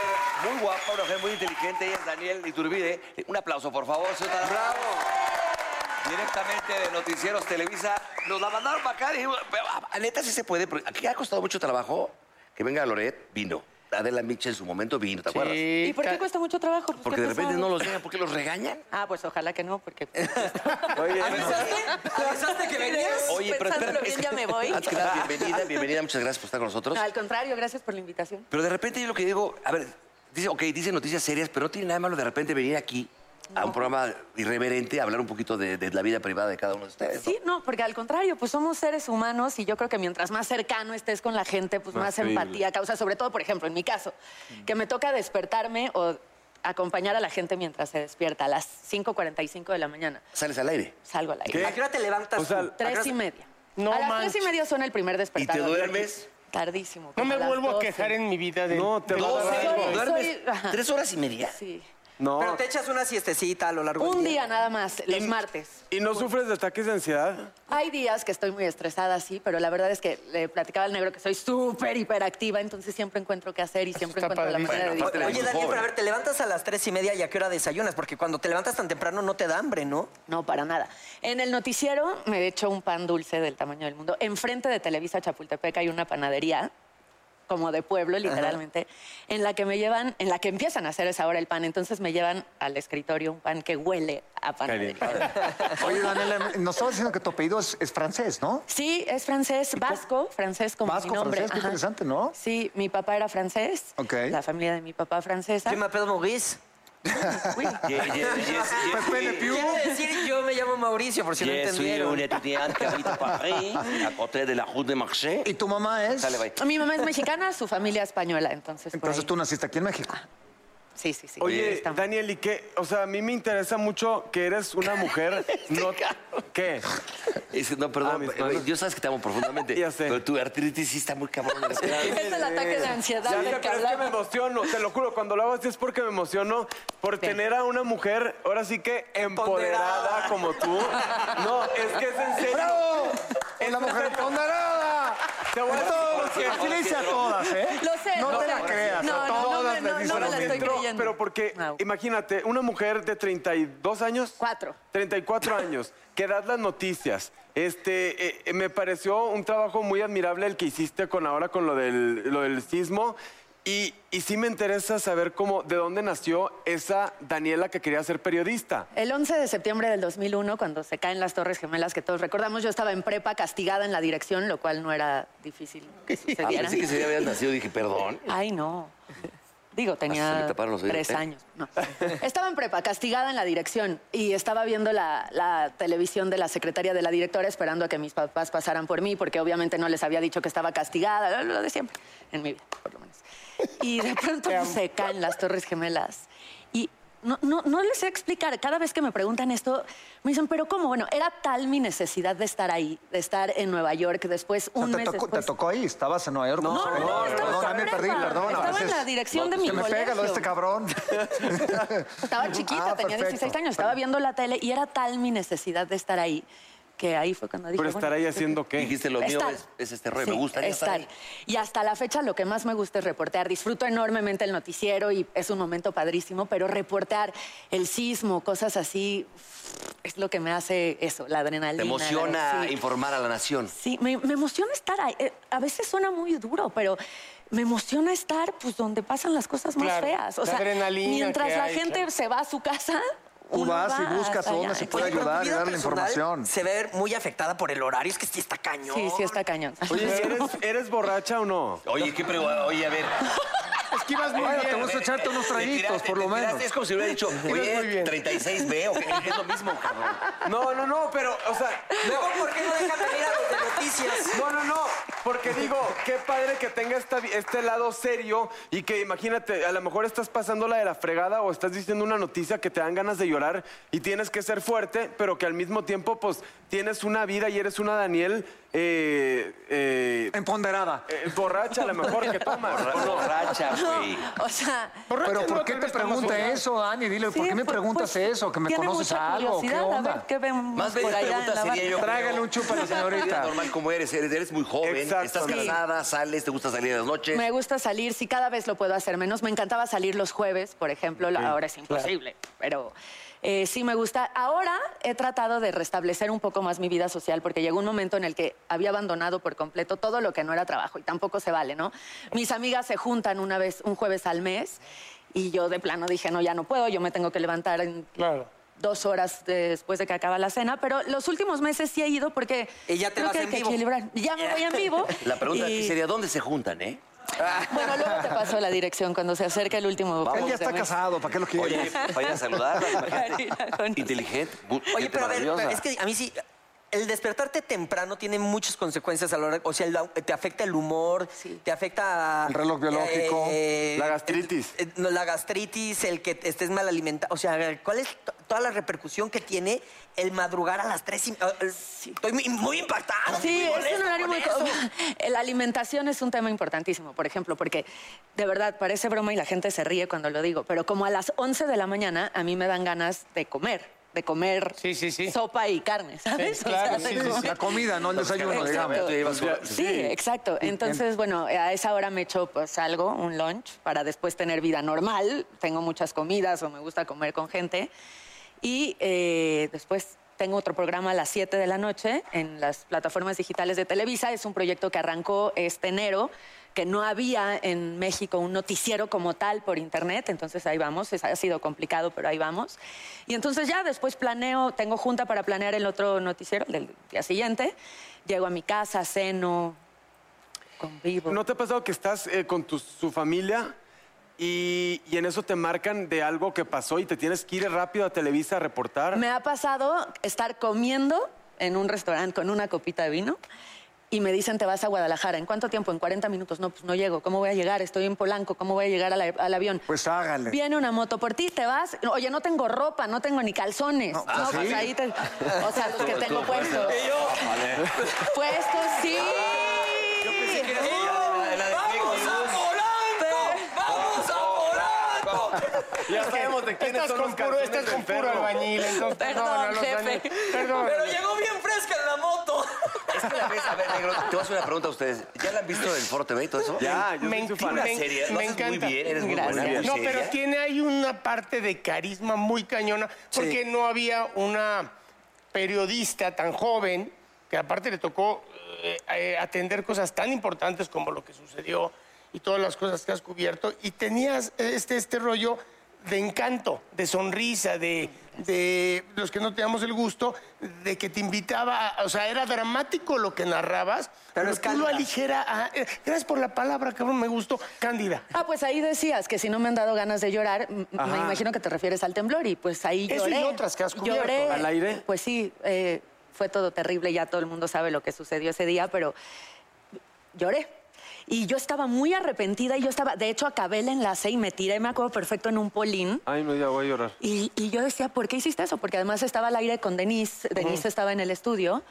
muy guapa, una mujer muy inteligente, ella es Daniel Iturbide. Un aplauso, por favor, señora. ¡Bravo! Directamente de Noticieros Televisa. Nos la mandaron para acá. Dijimos, pero, a- a neta sí se puede. porque Aquí ha costado mucho trabajo que venga Loret, vino. Adela Micha en su momento vino, ¿te acuerdas?
¿Y por qué cuesta mucho trabajo? Pues, ¿qué
Porque de
pasó?
repente no los dejan, porque los regañan.
Ah, pues ojalá que no, porque...
oye,
¿Avisaste? ¿Avisaste que venías?
Oye, pero
Pensándolo
espérate,
bien,
es que-
ya me voy.
Antes que nada, bienvenida, bienvenida, muchas gracias por estar con nosotros.
Al contrario, gracias por la invitación.
Pero de repente yo lo que digo, a ver, dice, ok, dice noticias serias, pero no tiene nada de malo de repente venir aquí a un programa irreverente a hablar un poquito de, de la vida privada de cada uno de ustedes. ¿no?
Sí, no, porque al contrario, pues somos seres humanos y yo creo que mientras más cercano estés con la gente, pues más empatía causa, sobre todo, por ejemplo, en mi caso, que me toca despertarme o acompañar a la gente mientras se despierta a las 5.45 de la mañana.
Sales al aire.
Salgo al aire.
¿A qué hora te levantas?
O sea,
tú?
Tres y media.
No
a las
manches.
tres y media suena el primer despertador.
duermes?
Tardísimo.
No
como
me
las
vuelvo a
12.
quejar en mi vida de...
No, te
de-
va a dar
Soy-
algo.
soy-
¿Duermes
ajá.
tres horas y media?
Sí.
no.
Pero te echas una siestecita a lo largo
Un
del
día nada más, los
Y-
martes.
¿Y no sufres de ataques de ansiedad?
Hay días que estoy muy estresada, sí, pero la verdad es que le platicaba al negro que soy súper hiperactiva, entonces siempre encuentro qué hacer y siempre
está
encuentro la
padrísimo.
manera de
Bueno,
distraerme.
Oye,
Muy
Daniel,
joven.
pero a ver, te levantas a las tres y media y a qué hora desayunas, porque cuando te levantas tan temprano no te da hambre, ¿no?
No, para nada. En el noticiero me echo un pan dulce del tamaño del mundo. Enfrente de Televisa Chapultepec hay una panadería, como de pueblo, literalmente, en la que me llevan, en la que empiezan a hacer esa hora el pan. Entonces me llevan al escritorio un pan que huele a panadería.
Oye, Daniela, nos estabas diciendo que tu apellido es, es francés, ¿no?
Sí, es francés, vasco, francés como
Vasco,
mi nombre.
francés, qué interesante, ¿no?
Sí, mi papá era francés.
Ok.
La familia de mi papá francesa.
Yo me apelo Maurice.
Uy,
Ye- ye- ye- ye-
Pues Quiero decir, yo me llamo Mauricio, por si no
ye- Je suis
entendieron.
un étudiant qui habite à Paris, à côté de la rue de Marché.
¿Y tu mamá es?
Sale, bye.
Mi mamá es mexicana, su familia española, entonces. por
Entonces
ahí.
tú naciste aquí en México.
Sí, sí, sí. ahí
Oye,
estamos.
Daniel, ¿y qué? O sea, a mí me interesa mucho que eres una mujer.
Este
no, ¿Qué?
Es que, no,
Ah,
perdón,
mis
eh,
manos.
yo sabes que te amo profundamente.
Ya sé.
Pero tu artritis sí está muy cabrón.
Es el ataque de ansiedad
Ya
del
sé,
que
pero es que me
hablaba.
emociono, te lo juro, cuando lo hago así es porque me emociono por tener a una mujer, ahora sí que empoderada como tú. No, es que es en serio.
¡Oh!
¡Bravo! ¡Es la mujer ponderada!
Te voy a decir, así le dice a todas, ¿eh?
Lo sé,
No
lo
te
sé.
la creas,
No, no,
a
no,
todas
no,
le
no,
dicen
no me
lo
la estoy
mismo.
Pero-
creyendo.
Pero porque,
Mau.
imagínate, una mujer de 32 años.
Cuatro.
34 años, que das las noticias. Este, eh, eh, me pareció un trabajo muy admirable el que hiciste con ahora con lo del, lo del sismo. Y, y sí me interesa saber cómo, de dónde nació esa Daniela que quería ser periodista.
El 11 de septiembre del 2001, cuando se caen las Torres Gemelas que todos recordamos, yo estaba en prepa castigada en la dirección, lo cual no era difícil que sucediera.
Ah, Pensé que se había nacido, dije, perdón.
Ay, no. Digo, tenía
Ah, se me taparon los oídos,
tres
¿eh?
años. No. Estaba en prepa, castigada en la dirección, y estaba viendo la, la televisión de la secretaria de la directora esperando a que mis papás pasaran por mí, porque obviamente no les había dicho que estaba castigada, lo de siempre, en mi vida, por lo menos. Y de pronto se caen las Torres Gemelas. Y no, no, no les sé explicar, cada vez que me preguntan esto, me dicen, pero ¿cómo? Bueno, era tal mi necesidad de estar ahí, de estar en Nueva York después, un
No, te,
mes
tocó,
después.
te tocó ahí, estabas en Nueva York.
No, no, no, estaba
perdón,
en
ahí me
prepa.
perdí, perdón.
Estaba en la dirección de mi
Que me pega lo de
colegio.
este cabrón.
Estaba chiquita,
Ah,
tenía
perfecto.
16 años, estaba viendo la tele y era tal mi necesidad de estar ahí que ahí fue cuando dije.
Pero estar
bueno,
ahí haciendo qué.
Dijiste, lo mío
estar.
es, es este rollo,
Sí,
me gusta.
estar. Y hasta la fecha lo que más me gusta es reportear. Disfruto enormemente el noticiero y es un momento padrísimo, pero reportear el sismo, cosas así, es lo que me hace eso, la adrenalina.
Te emociona
la- sí.
informar a la nación.
Sí, me, me emociona estar ahí. Eh, A veces suena muy duro, pero me emociona estar pues donde pasan las cosas más
Claro,
feas. O
la
sea,
adrenalina
mientras
que
la
hay,
gente
claro.
se va a su casa,
Tú
uno
vas y
va
buscas
hasta
a dónde
allá.
se puede
Oye, pero tu
ayudar y
vida
darle
personal
información.
Se ve muy afectada por el horario, es que sí está cañón.
Sí, sí está cañón.
Oye, ¿eres, eres borracha o no?
Oye, qué pre... Oye, a ver.
Es que ibas muy
Bueno, te
bien.
gusta echarte unos
te
traguitos,
tiraste,
por lo
te tiraste,
menos.
Es como si hubiera dicho,
muy
oye,
bien.
36B, o qué, es lo mismo, cabrón.
No, no, no, pero, o sea,
Luego, ¿por qué no dejan venir a los de noticias?
No, no, no, porque digo, qué padre que tenga esta vi- este lado serio y que imagínate, a lo mejor estás pasando la de la fregada o estás diciendo una noticia que te dan ganas de llorar y tienes que ser fuerte, pero que al mismo tiempo, pues, tienes una vida y eres una Daniel eh, eh,
Emponderada.
eh, borracha a lo mejor que tomas. ¿o no?
Borracha, güey.
O sea,
Pero ¿por qué te pregunta eso, Dani? Dile, ¿por
sí,
qué me
pues,
preguntas
pues,
eso? ¿Que me
tiene
conoces
mucha
algo? ¿Qué
curiosidad, A ver,
onda?
¿qué vemos
Más bien
por
la
allá en
pregunta
la
sería
barra?
yo.
Tráigale un chupa a la señorita.
normal como eres, eres, eres muy joven,
Exacto.
estás
Sí.
casada, sales, te gusta salir en las noches.
Me gusta salir, sí, cada vez lo puedo hacer menos. Me encantaba salir los jueves, por ejemplo, ahora es imposible, pero eh, sí me gusta. Ahora he tratado de restablecer un poco más mi vida social porque llegó un momento en el que había abandonado por completo todo lo que no era trabajo y tampoco se vale, ¿no? Mis amigas se juntan una vez, un jueves al mes y yo de plano dije, no, ya no puedo, yo me tengo que levantar en
Claro.
dos horas después de que acaba la cena, pero los últimos meses sí he ido porque
Y ya te
creo
vas
que hay
en
que
vivo.
equilibrar. Ya me voy en vivo.
La pregunta
y-
aquí sería, ¿dónde se juntan, eh?
bueno, luego te paso la dirección cuando se acerca el último.
Él
de
ya está
mes.
casado, ¿para qué lo quiere?
Oye, vaya a saludarla, imagínate.
Karina, con-
Inteligente,
Oye, pero a ver, pero es que a mí sí. El despertarte temprano tiene muchas consecuencias a la hora. O sea, el- te afecta el humor, te afecta. eh,
El reloj biológico,
la gastritis.
el- eh, no, la gastritis, el que estés mal alimentado. O sea, ¿cuál es to- toda la repercusión que tiene el madrugar a las tres y. eh, Estoy muy, muy
Ah,
impactado.
Sí,
muy
es
molesto
un horario
con
muy...
eso.
co- La alimentación es un tema importantísimo, por ejemplo, porque de verdad parece broma y la gente se ríe cuando lo digo, pero como a las 11 de la mañana a mí me dan ganas de comer, de comer
Sí, sí, sí.
sopa y carne, ¿sabes?
Sí, claro, sí,
de
sí,
comer-
La comida, no el desayuno, digamos.
Exacto.
digamos.
Sí, exacto. Entonces, bueno, a esa hora me echo pues algo, un lunch, para después tener vida normal. Tengo muchas comidas o me gusta comer con gente. Y eh, después tengo otro programa a las 7 de la noche en las plataformas digitales de Televisa. Es un proyecto que arrancó este enero, que no había en México un noticiero como tal por internet. Entonces ahí vamos. Es- ha sido complicado, pero ahí vamos. Y entonces ya después planeo, tengo junta para planear el otro noticiero el del día siguiente. Llego a mi casa, ceno, convivo.
¿No te ha pasado que estás eh, con tu, su familia y, y en eso te marcan de algo que pasó y te tienes que ir rápido a Televisa a reportar?
Me ha pasado estar comiendo en un restaurante con una copita de vino y me dicen, te vas a Guadalajara. ¿En cuánto tiempo? En 40 minutos. No, pues no llego. ¿Cómo voy a llegar? Estoy en Polanco. ¿Cómo voy a llegar a la- al avión?
Pues hágale.
Viene una moto por ti, te vas. Oye, no tengo ropa, no tengo ni calzones. No,
pues,
pues
sí.
ahí te... O sea, los que tengo
pues.
puestos. Puestos, sí. Oh,
¡Vamos a Polanco! ¡Vamos a Polanco!
Ya sabemos de quiénes
Estás
son los
con puro,
calzones
estás
del
con puro
perro.
albañil, entonces.
Perdón,
no, no, los
jefe.
dañes. Perdón.
Pero llegó bien fresca en la moto.
Es que la ves, a ver, negro, te voy a hacer una pregunta a ustedes. ¿Ya la han visto del Foro TV y todo eso?
Ya, Ah, yo soy su fan.
Una serie, lo haces muy bien, eres muy buena.
Gracias.
muy
No,
seria.
pero tiene ahí una parte de carisma muy cañona, porque no había una periodista tan joven que aparte le tocó eh, eh, atender cosas tan importantes como lo que sucedió y todas las cosas que has cubierto, y tenías este, este rollo de encanto, de sonrisa, de, de los que no teníamos el gusto, de que te invitaba, a- o sea, era dramático lo que narrabas, pero,
es
tú lo
cándida.
aligera. a- eh, gracias por la palabra, cabrón, me gustó. Cándida.
Ah, pues ahí decías que si no me han dado ganas de llorar, m- me imagino que te refieres al temblor y pues ahí
Eso y
lloré.
otras que has cubierto.
Lloré.
¿Al aire?
Pues sí, eh, fue todo terrible, ya todo el mundo sabe lo que sucedió ese día, pero lloré. Y yo estaba muy arrepentida y yo estaba, de hecho acabé el enlace y me tiré, me acuerdo perfecto, en un polín.
Ay, no, ya voy a llorar.
Y, y yo decía, ¿por qué hiciste eso? Porque además estaba al aire con Denise, Denise estaba en el estudio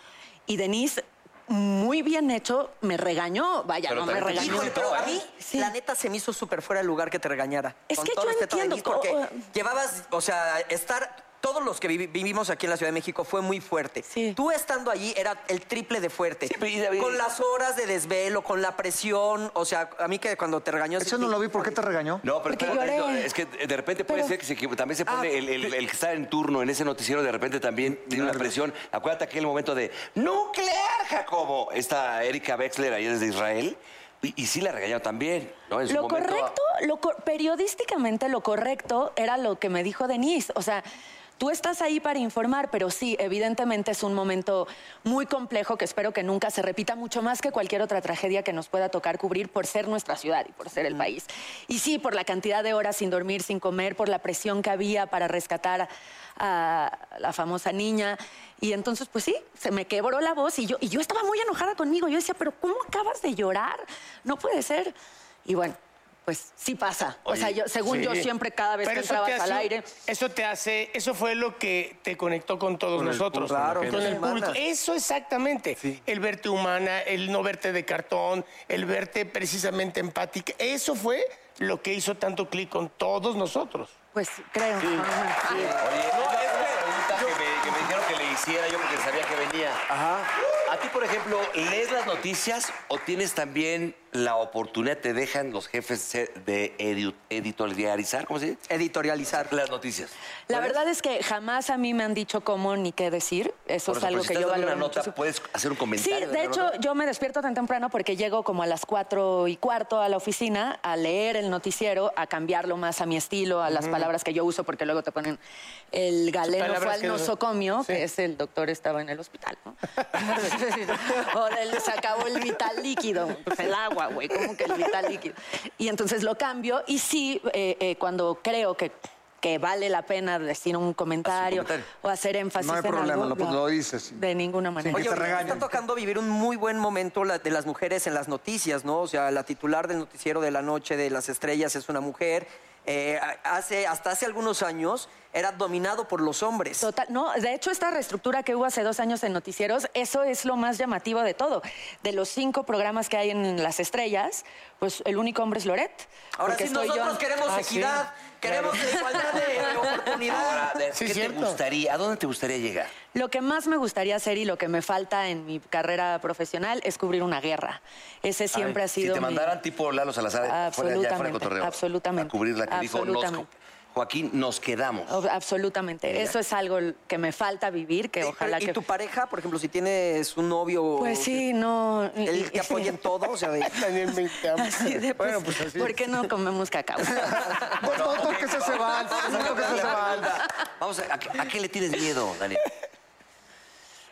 y Denise, muy bien hecho, me regañó, vaya,
Pero
no me
también te
regañó.
Híjole, pero
¿eh?
a mí,
Sí.
la neta, se me hizo súper fuera de lugar que te regañara.
Es
Con
que
todo
yo
respeto a
entiendo,
Denise, porque
co-
llevabas, o sea, estar... Todos los que vivi- vivimos aquí en la Ciudad de México fue muy fuerte.
Sí.
Tú estando allí era el triple de fuerte.
pero y David-
con las horas de desvelo, con la presión. O sea, a mí que cuando te regañó...
Eso
sentí-
no lo vi, ¿por qué te regañó?
No, pero
Porque
espérate,
lloré.
no, es que de repente puede
Pero- Ah.
ser que se equivo- también se pone el, el- el que está en turno en ese noticiero, de repente también tiene una presión. Acuérdate aquel momento de nuclear, Jacobo. Está Erika Wexler ahí desde Israel y, y sí la regañó también, ¿no? En su
Lo
momento.
correcto, lo cor- periodísticamente lo correcto era lo que me dijo Denise. O sea, tú estás ahí para informar, pero sí, evidentemente es un momento muy complejo que espero que nunca se repita, mucho más que cualquier otra tragedia que nos pueda tocar cubrir por ser nuestra ciudad y por ser el país. Y
ah,
sí, por la cantidad de horas sin dormir, sin comer, por la presión que había para rescatar a la famosa niña. Y entonces, pues sí, se me quebró la voz y yo, y yo estaba muy enojada conmigo. Yo decía, pero ¿cómo acabas de llorar? No puede ser. Y bueno, pues sí pasa. o sea, yo, según yo
Sí.
siempre cada vez
Pero
que
eso te
entrabas al
hace-
aire,
Eso te hace, eso fue lo que te conectó con todos
Con el
nosotros.
público, Claro,
con,
con la
el
gente.
público. Eso exactamente. El verte humana, el no verte de cartón, el verte precisamente empática. Eso fue lo que hizo tanto clic con todos nosotros.
pues creo. Ah,
Oye, una, una pregunta que, me, que me dijeron que le hiciera yo porque sabía que venía. Ajá. A ti, por ejemplo, ¿lees las noticias o tienes también la oportunidad, te dejan los jefes ser- de edu- editorializar, ¿cómo se dice?
Editorializar.
Las noticias.
La verdad es que jamás a mí me han dicho cómo ni qué decir. Eso
Por
es
eso,
algo
pero si
que
estás
yo
dando
valoro
una nota,
muchísimo.
puedes hacer un
Sí,
comentario.
de hecho, yo me despierto tan temprano porque llego como a las cuatro y cuarto a la oficina a leer el noticiero, a cambiarlo más a mi estilo, a las palabras que yo uso, porque luego te ponen el galeno fue
palabras
al
que-
nosocomio,
sí.
que es el doctor estaba en el hospital, ¿no? o el- se acabó el vital líquido, pues, el agua, güey, como que el vital líquido. Y entonces lo cambio y sí, eh, eh, cuando creo que que vale la pena decir un comentario,
comentario.
o hacer énfasis
No hay
en
problema,
algo,
lo- pues, lo dices.
De ninguna manera.
que
Oye,
te
ahorita
regañen.
está tocando vivir un muy buen momento la- de las mujeres en las noticias, ¿no? O sea, la titular del noticiero de la noche de las estrellas es una mujer. Eh, a- hace, hasta hace algunos años era dominado por los hombres.
Total, no, de hecho esta reestructura que hubo hace dos años en noticieros, eso es lo más llamativo de todo. De los cinco programas que hay en Las Estrellas, pues el único hombre es Loret.
Ahora
porque
sí,
estoy yo-
nosotros queremos
Ah, sí.
equidad, queremos igualdad de, de oportunidad.
Sí,
¿Qué te
cierto.
gustaría? ¿A dónde te gustaría llegar?
Lo que más me gustaría hacer y lo que me falta en mi carrera profesional es cubrir una guerra. Ese siempre ha sido
Si te
mi-
mandaran tipo Lalo Salazar fuera- ya fuera de
Absolutamente,
Cotorreo,
absolutamente,
a cubrir la que dijo nos-
absolutamente.
Joaquín, nos quedamos.
Ob- Absolutamente. Eso es algo que me falta vivir, que
Sí,
ojalá
¿Y
que...
tu pareja, por ejemplo, si tienes un novio...
Pues sí, no...
Él te apoya en todo, o sea, de-
Daniel, me te amo.
Así de, pues,
Bueno, pues así.
¿Por qué no comemos cacao?
Pues no toques ese vals, no toques ese vals.
Vamos, a, ¿a qué- a qué le tienes miedo, Daniel?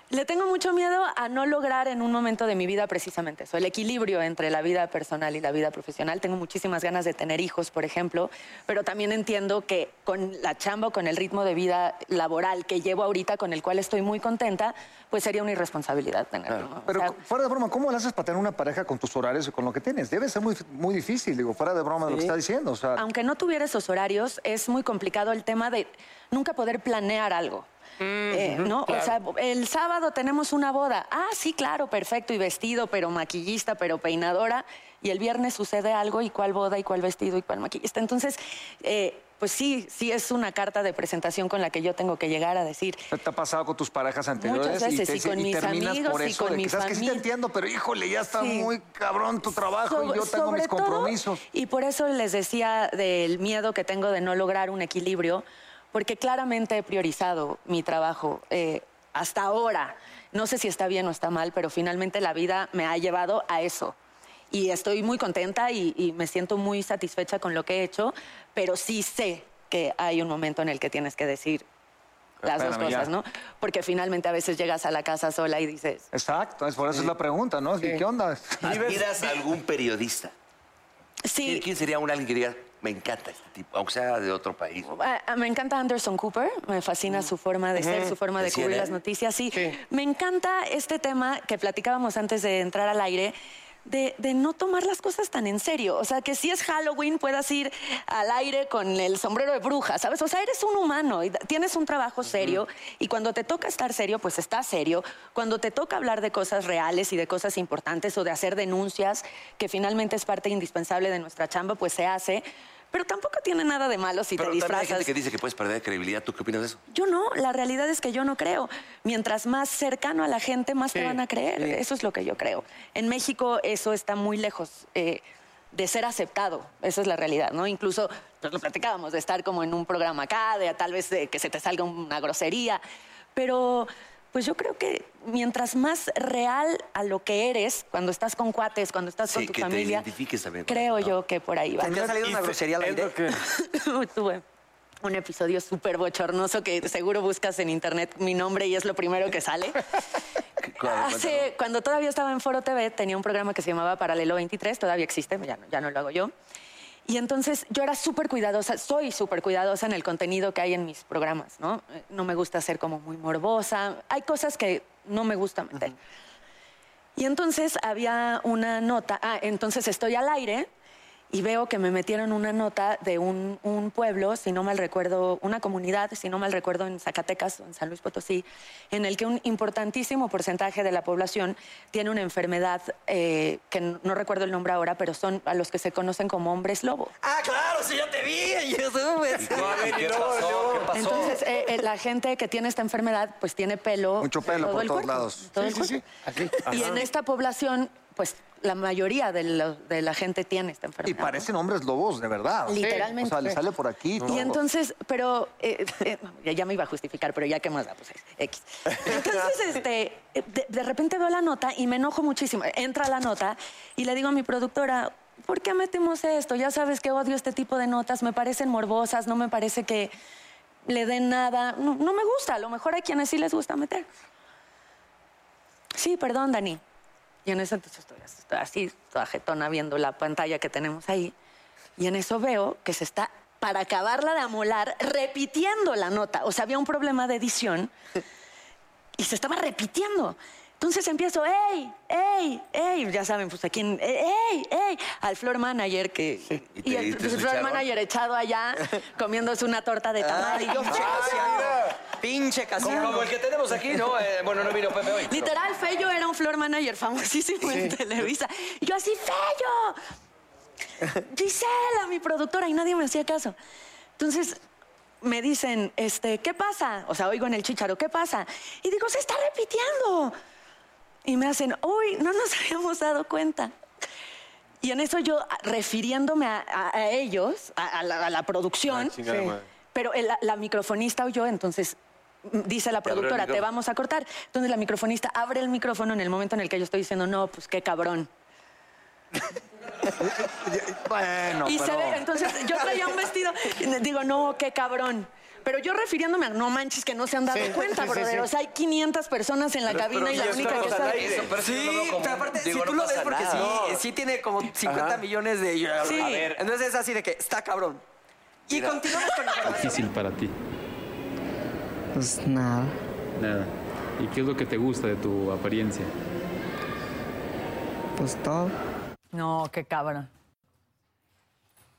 Le tengo mucho miedo a no lograr en un momento de mi vida precisamente eso, el equilibrio entre la vida personal y la vida profesional. Tengo muchísimas ganas de tener hijos, por ejemplo, pero también entiendo que con la chamba, o con el ritmo de vida laboral que llevo ahorita, con el cual estoy muy contenta, pues sería una irresponsabilidad tenerlo. ¿no? O
Pero
sea,
cu- fuera de broma, ¿cómo le haces para tener una pareja con tus horarios y con lo que tienes? Debe ser muy, muy difícil, digo, fuera de broma de lo que está diciendo. O sea,
aunque no tuviera esos horarios, es muy complicado el tema de nunca poder planear algo. Eh, ¿no? O sea, el sábado tenemos una boda. Ah, sí, claro, perfecto, y vestido, pero maquillista, pero peinadora. Y el viernes sucede algo, y cuál boda, y cuál vestido, y cuál maquillista. Entonces, eh, pues sí, sí es una carta de presentación con la que yo tengo que llegar a decir,
¿Te ha pasado con tus parejas anteriores?
Muchas veces,
y, te,
y con mis
terminas
amigos,
por
y
eso,
con
de que,
mi
sabes que sí te
familia".
entiendo, pero híjole, ya está
Sí.
muy cabrón tu trabajo y
Sobre-
yo tengo
sobre
mis
todo,
compromisos.
y por eso les decía del miedo que tengo de no lograr un equilibrio, porque claramente he priorizado mi trabajo eh, hasta ahora. No sé si está bien o está mal, pero finalmente la vida me ha llevado a eso. Y estoy muy contenta y, y me siento muy satisfecha con lo que he hecho, pero sí sé que hay un momento en el que tienes que decir las dos
Espérame, ya.
cosas, ¿no? Porque finalmente a veces llegas a la casa sola y dices,
Exacto, es por eso es la pregunta, ¿no? ¿Qué onda?
¿Admiras a algún periodista?
sí,
¿Quién- ¿Quién sería un alguien que diga, me encanta este tipo, aunque sea de otro país?
Ah, ah, Me encanta Anderson Cooper, me fascina su forma de ser, su forma
¿De
de cubrir
CNN?
las noticias. Sí, me encanta este tema que platicábamos antes de entrar al aire. De, de no tomar las cosas tan en serio. O sea, que si es Halloween puedas ir al aire con el sombrero de bruja, ¿sabes? O sea, eres un humano y da- tienes un trabajo serio y cuando te toca estar serio, pues estás serio. Cuando te toca hablar de cosas reales y de cosas importantes o de hacer denuncias, que finalmente es parte indispensable de nuestra chamba, pues se hace. Pero tampoco tiene nada de malo si
Pero
te
también hay
disfrazas.
gente que dice que puedes perder credibilidad. ¿Tú qué opinas de eso?
Yo no, la realidad es que yo no creo. Mientras más cercano a la gente, más te van a creer. Eso es lo que yo creo. En México eso está muy lejos eh, de ser aceptado. Esa es la realidad, ¿no? Incluso pues, lo platicábamos de estar como en un programa acá, de tal vez de que se te salga una grosería. Pero pues yo creo que mientras más real a lo que eres, cuando estás con cuates, cuando estás
Sí,
con tu
que te
familia,
identifiques también con
creo yo que por ahí va.
¿Te ha salido una grosería al aire?
Tuve un episodio súper bochornoso que seguro buscas en internet mi nombre y es lo primero que sale. Hace, cuando todavía estaba en Foro TV, tenía un programa que se llamaba Paralelo 23, todavía existe, ya no, ya no lo hago yo. Y entonces yo era súper cuidadosa, soy súper cuidadosa en el contenido que hay en mis programas, ¿no? Eh, No me gusta ser como muy morbosa, hay cosas que no me gusta meter. Y entonces había una nota, ah, entonces estoy al aire y veo que me metieron una nota de un, un pueblo, si no mal recuerdo, una comunidad, si no mal recuerdo, en Zacatecas, o en San Luis Potosí, en el que un importantísimo porcentaje de la población tiene una enfermedad eh, que n- no recuerdo el nombre ahora, pero son a los que se conocen como hombres lobo.
Ah, claro, sí, ya te vi. Yo súper.
¿Qué pasó? ¿Qué pasó?
Entonces, eh, eh, la gente que tiene esta enfermedad, pues tiene pelo.
Mucho pelo
todo
por
el
todos
cuerpo,
lados.
todo el cuerpo. Y
Ah,
en esta población, pues la mayoría de, lo- de la gente tiene esta
Y
enfermedad.
parecen hombres lobos, de verdad. O
Literalmente.
sea, le sale por aquí. todo.
Y entonces, pero eh, eh, ya- ya me iba a justificar, pero ya que más da, pues es X. Entonces, este, eh, de, de repente veo la nota y me enojo muchísimo. Entra la nota y le digo a mi productora, ¿por qué metemos esto? Ya sabes que odio este tipo de notas, me parecen morbosas, no me parece que le den nada. No, no me gusta, a lo mejor hay quienes sí les gusta meter. Sí, perdón, Dani. Y en eso entonces estoy así, estoy así, toda jetona viendo la pantalla que tenemos ahí. Y en eso veo que se está, para acabarla de amolar, repitiendo la nota. O sea, había un problema de edición y se estaba repitiendo. Entonces empiezo, ¡ey! ¡ey! ¡ey! Ya saben, pues aquí, en- ¡ey! ¡ey! Al floor manager que.
¿Y
Y,
te- y
el
te escucharon?
floor manager echado allá comiéndose una torta de tamal. y yo,
Pinche Casiano. Pinche
Como,
Casiano.
como el que tenemos aquí, ¿no? Eh, bueno, no vino Pepe hoy. pero-
Literal, Fello era un floor manager
Ah,
famosísimo en Televisa. Y yo así, Fello, Gisela, mi productora, y nadie me hacía caso. Entonces me dicen, este, ¿qué pasa? O sea, oigo en el chicharo, ¿qué pasa? Y digo, se está repitiendo. Y me hacen, uy, no nos habíamos dado cuenta. Y en eso yo, a- refiriéndome a, a- a ellos, a, a la, a la producción,
chingada madre.
pero el- la, la microfonista oyó, entonces mm, dice la
Te abrió el
productora, te
micrófono".
vamos a cortar. Entonces la microfonista abre el micrófono en el momento en el que yo estoy diciendo, no, pues qué cabrón.
Bueno,
y se
pero-
ve, entonces yo traía un vestido, y le digo, no, qué cabrón. Pero yo refiriéndome a, no manches, que no se han dado cuenta, brother. O sea, hay 500 personas en la cabina y la
ya
única
estamos
que
al
sabe... pues.
aire. Pero eso yo lo veo
Sí,
como un-
aparte,
digo,
si
no
tú lo ves
pasa
porque sí,
nada.
sí tiene como 50 millones de euros.
Sí.
A ver. Entonces es así de que está cabrón. Y continuamos con la información.
difícil para ti?
Pues nada,
Nada. ¿Y qué es lo que te gusta de tu apariencia?
pues todo.
No, qué cabrón.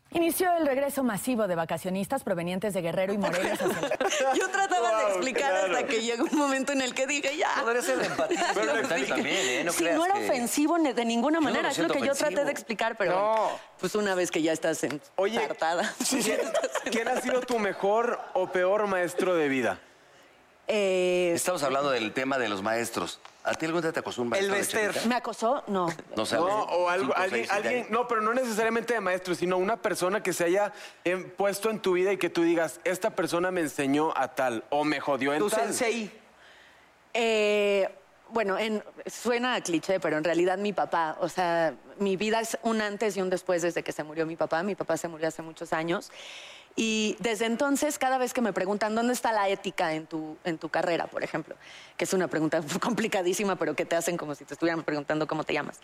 Inició el regreso masivo de vacacionistas provenientes de Guerrero y Morelos hacia el
Yo trataba de explicar hasta que llegó un momento en el que dije, ya.
Podría ser de empatía ese comentario también, ¿eh? No
sí,
creas
no era
que-
ofensivo ni- de ninguna
no
manera,
lo
es lo
siento
que yo
ofensivo.
traté de explicar, pero pues una vez que ya estás en
Oye.
tartada, ya estás-
¿Quién ha sido tu mejor o peor maestro de vida?
Estamos hablando del tema de los maestros. ¿A ti algún día te acosó un maestro? de chiquita?
¿Me acosó? No.
No sé,
No,
algún-
o algo, alguien,
cinco, seis, siete
alguien-
años.
no, pero no necesariamente de maestro, sino una persona que se haya em, puesto en tu vida y que tú digas, esta persona me enseñó a tal o me jodió en
Tu
tal.
sensei. Eh, bueno, en- suena a cliché, pero en realidad mi papá, o sea, mi vida es un antes y un después desde que se murió mi papá. Mi papá se murió hace muchos años. Y desde entonces, cada vez que me preguntan dónde está la ética en tu, en tu carrera, por ejemplo, que es una pregunta complicadísima, pero que te hacen como si te estuvieran preguntando cómo te llamas.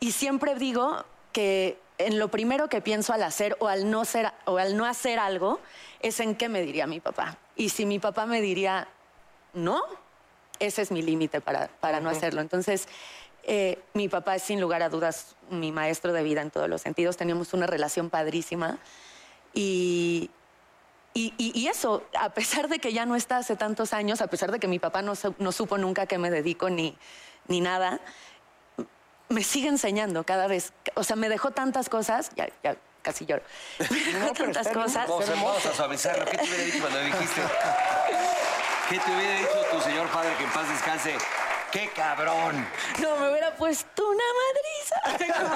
Y siempre digo que en lo primero que pienso al hacer o al no, ser, o al no hacer algo es en qué me diría mi papá. Y si mi papá me diría, no, ese es mi límite para, para no
Ujú.
hacerlo. Entonces, eh, mi papá es sin lugar a dudas mi maestro de vida en todos los sentidos. Teníamos una relación padrísima. Y, y, y- y eso, a pesar de que ya no está hace tantos años, a pesar de que mi papá no, su- no supo nunca a qué me dedico ni, ni nada, me sigue enseñando cada vez. O sea, me dejó tantas cosas, ya, ya casi lloro, me dejó tantas cosas.
Vamos a, vamos a suavizarlo. ¿Qué te hubiera dicho cuando dijiste? ¿Qué te hubiera dicho tu señor padre que en paz descanse? ¡Qué cabrón!
No, me hubiera puesto una madriza.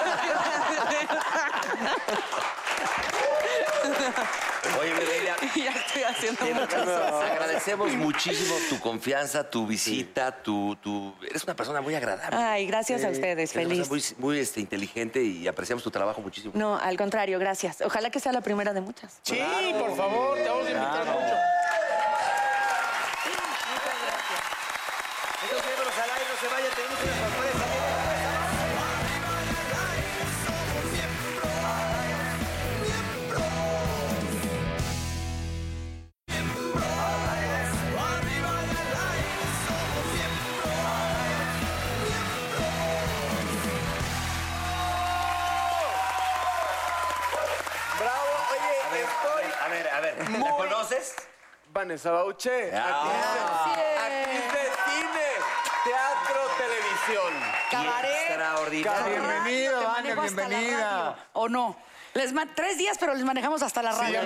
Oye, Mireia,
ya estoy haciendo
te
muchas cosas.
agradecemos muchísimo tu confianza, tu visita, tu, tu... Eres una persona muy agradable.
Ay, gracias a ustedes,
Eres una
feliz.
persona Muy, muy, este, inteligente y apreciamos tu trabajo muchísimo.
No, al contrario, gracias. Ojalá que sea la primera de muchas.
Sí, por favor, te vamos a invitar mucho.
Entonces, vámonos al aire, no se vaya, tenemos una sorpresa.
Bravo, oye, estoy...
A ver, a ver, ¿la
muy-
conoces?
Vanessa Bauche,
Ah.
actriz, de- actriz de cine, teatro, televisión.
Cabaret.
Cabaret.
Bienvenido,
Te
Vania,
manejo hasta la
bienvenida. ¿O no? Les ma- tres días, pero les manejamos hasta la radio.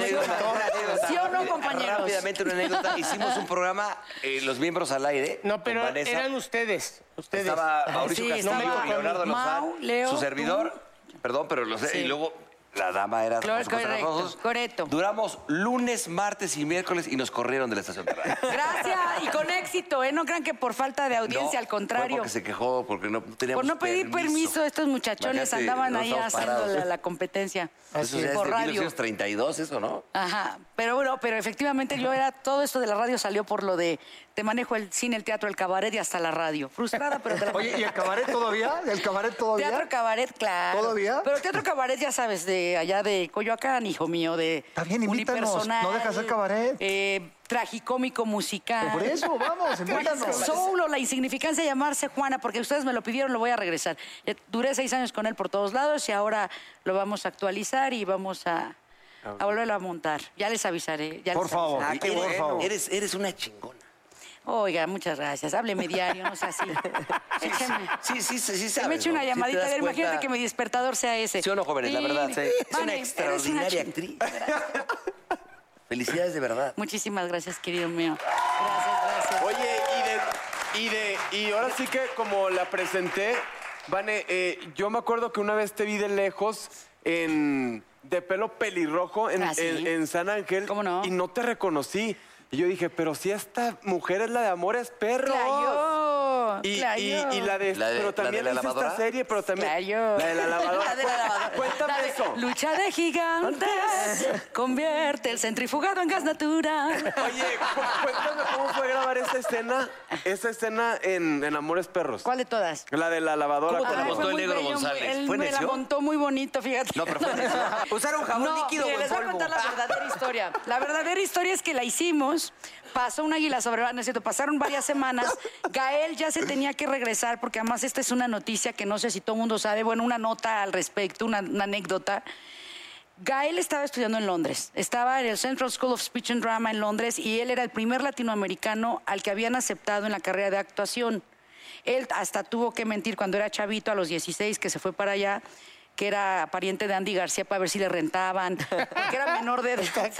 ¿Sí o no, compañeros?
Rápidamente una anécdota. Hicimos un programa, eh, los miembros al aire.
No, pero
con Vanessa.
eran ustedes. Ustedes.
Estaba Mauricio
Sí,
Castillo,
estaba
Leonardo Lozán,
Mau, Leo,
su
tú.
servidor. Perdón, pero los
Sí.
y luego la dama era
Claro,
Rosa Contra
correcto,
Rojos. Duramos lunes, martes y miércoles y nos corrieron de la estación de radio.
Gracias y con éxito, ¿eh? No crean que por falta de audiencia, al
Fue
contrario.
porque se quejó, porque no teníamos
Por no pedir permiso, estos muchachones
Imagínate,
andaban
no
ahí
estamos
haciéndole
parados.
la competencia
Eso ya es
por
de
radio.
1932, eso, ¿no?
Ajá, pero bueno, pero efectivamente yo era todo esto de la radio salió por lo de te manejo el cine, el teatro, el cabaret y hasta la radio. Frustrada, pero te la
Oye, ¿y el cabaret todavía? ¿El cabaret todavía?
Teatro cabaret, claro.
¿Todavía?
Pero teatro cabaret, ya sabes, de allá de Coyoacán, hijo mío, de Está
bien, invítanos, no dejas el cabaret.
Eh, tragicómico musical.
Por eso, vamos, invítanos.
Solo la insignificancia de llamarse Juana, porque ustedes me lo pidieron, lo voy a regresar. Eh, Duré seis años con él por todos lados y ahora lo vamos a actualizar y vamos a, a volverlo a montar. Ya les avisaré. ya
Por
les avisaré.
favor, Ah, qué por bueno. favor.
Eres, eres una chingona.
Oiga, muchas gracias. Hábleme diario, no sea así. Écheme.
Sí, sí, sí, sí
Que me
sabes,
eche
¿no?
una
Sí te
llamadita.
das
a ver, imagínate
cuenta.
que mi despertador sea ese.
Sí o no, jóvenes, la verdad, sí. Es una
Vane, Este, eres
extraordinaria
chi-
actriz. Felicidades de verdad.
Muchísimas gracias, querido mío.
Oye, y de, y de, y ahora sí que como la presenté, Vane, eh, yo me acuerdo que una vez te vi de lejos en de pelo pelirrojo en,
Ah, sí.
en- en San Ángel y no te reconocí. Y yo dije, pero si esta mujer es la de Amores Perros.
Clayó,
y,
clayó.
y- y la de,
La de-
pero también
la de la
hizo
lavadora.
esta serie, pero también
Cayó.
la de la lavadora.
La de la lavadora.
Cuéntame
La de
eso.
Lucha de gigantes. Convierte el centrifugado en gas natural.
Oye, cu- cuéntame cómo fue grabar esta escena, esta escena en, en Amores Perros.
¿Cuál de todas?
La de la lavadora.
Ay, fue muy bello, muy- Él me la montó muy bonito, fíjate.
No, pero fue necio.
¿Usaron
jabón
líquido
o en
les voy a
polvo?
contar la verdadera historia. La verdadera historia es que la hicimos, pasó un águila sobre... No es cierto, pasaron varias semanas. Gael ya se tenía que regresar porque además esta es una noticia que no sé si todo el mundo sabe. Bueno, una nota al respecto, una- una anécdota. Gael estaba estudiando en Londres, estaba en el Central School of Speech and Drama en Londres y él era el primer latinoamericano al que habían aceptado en la carrera de actuación. Él hasta tuvo que mentir cuando era chavito a los 16 que se fue para allá, que era pariente de Andy García para ver si le rentaban, porque era menor de edad.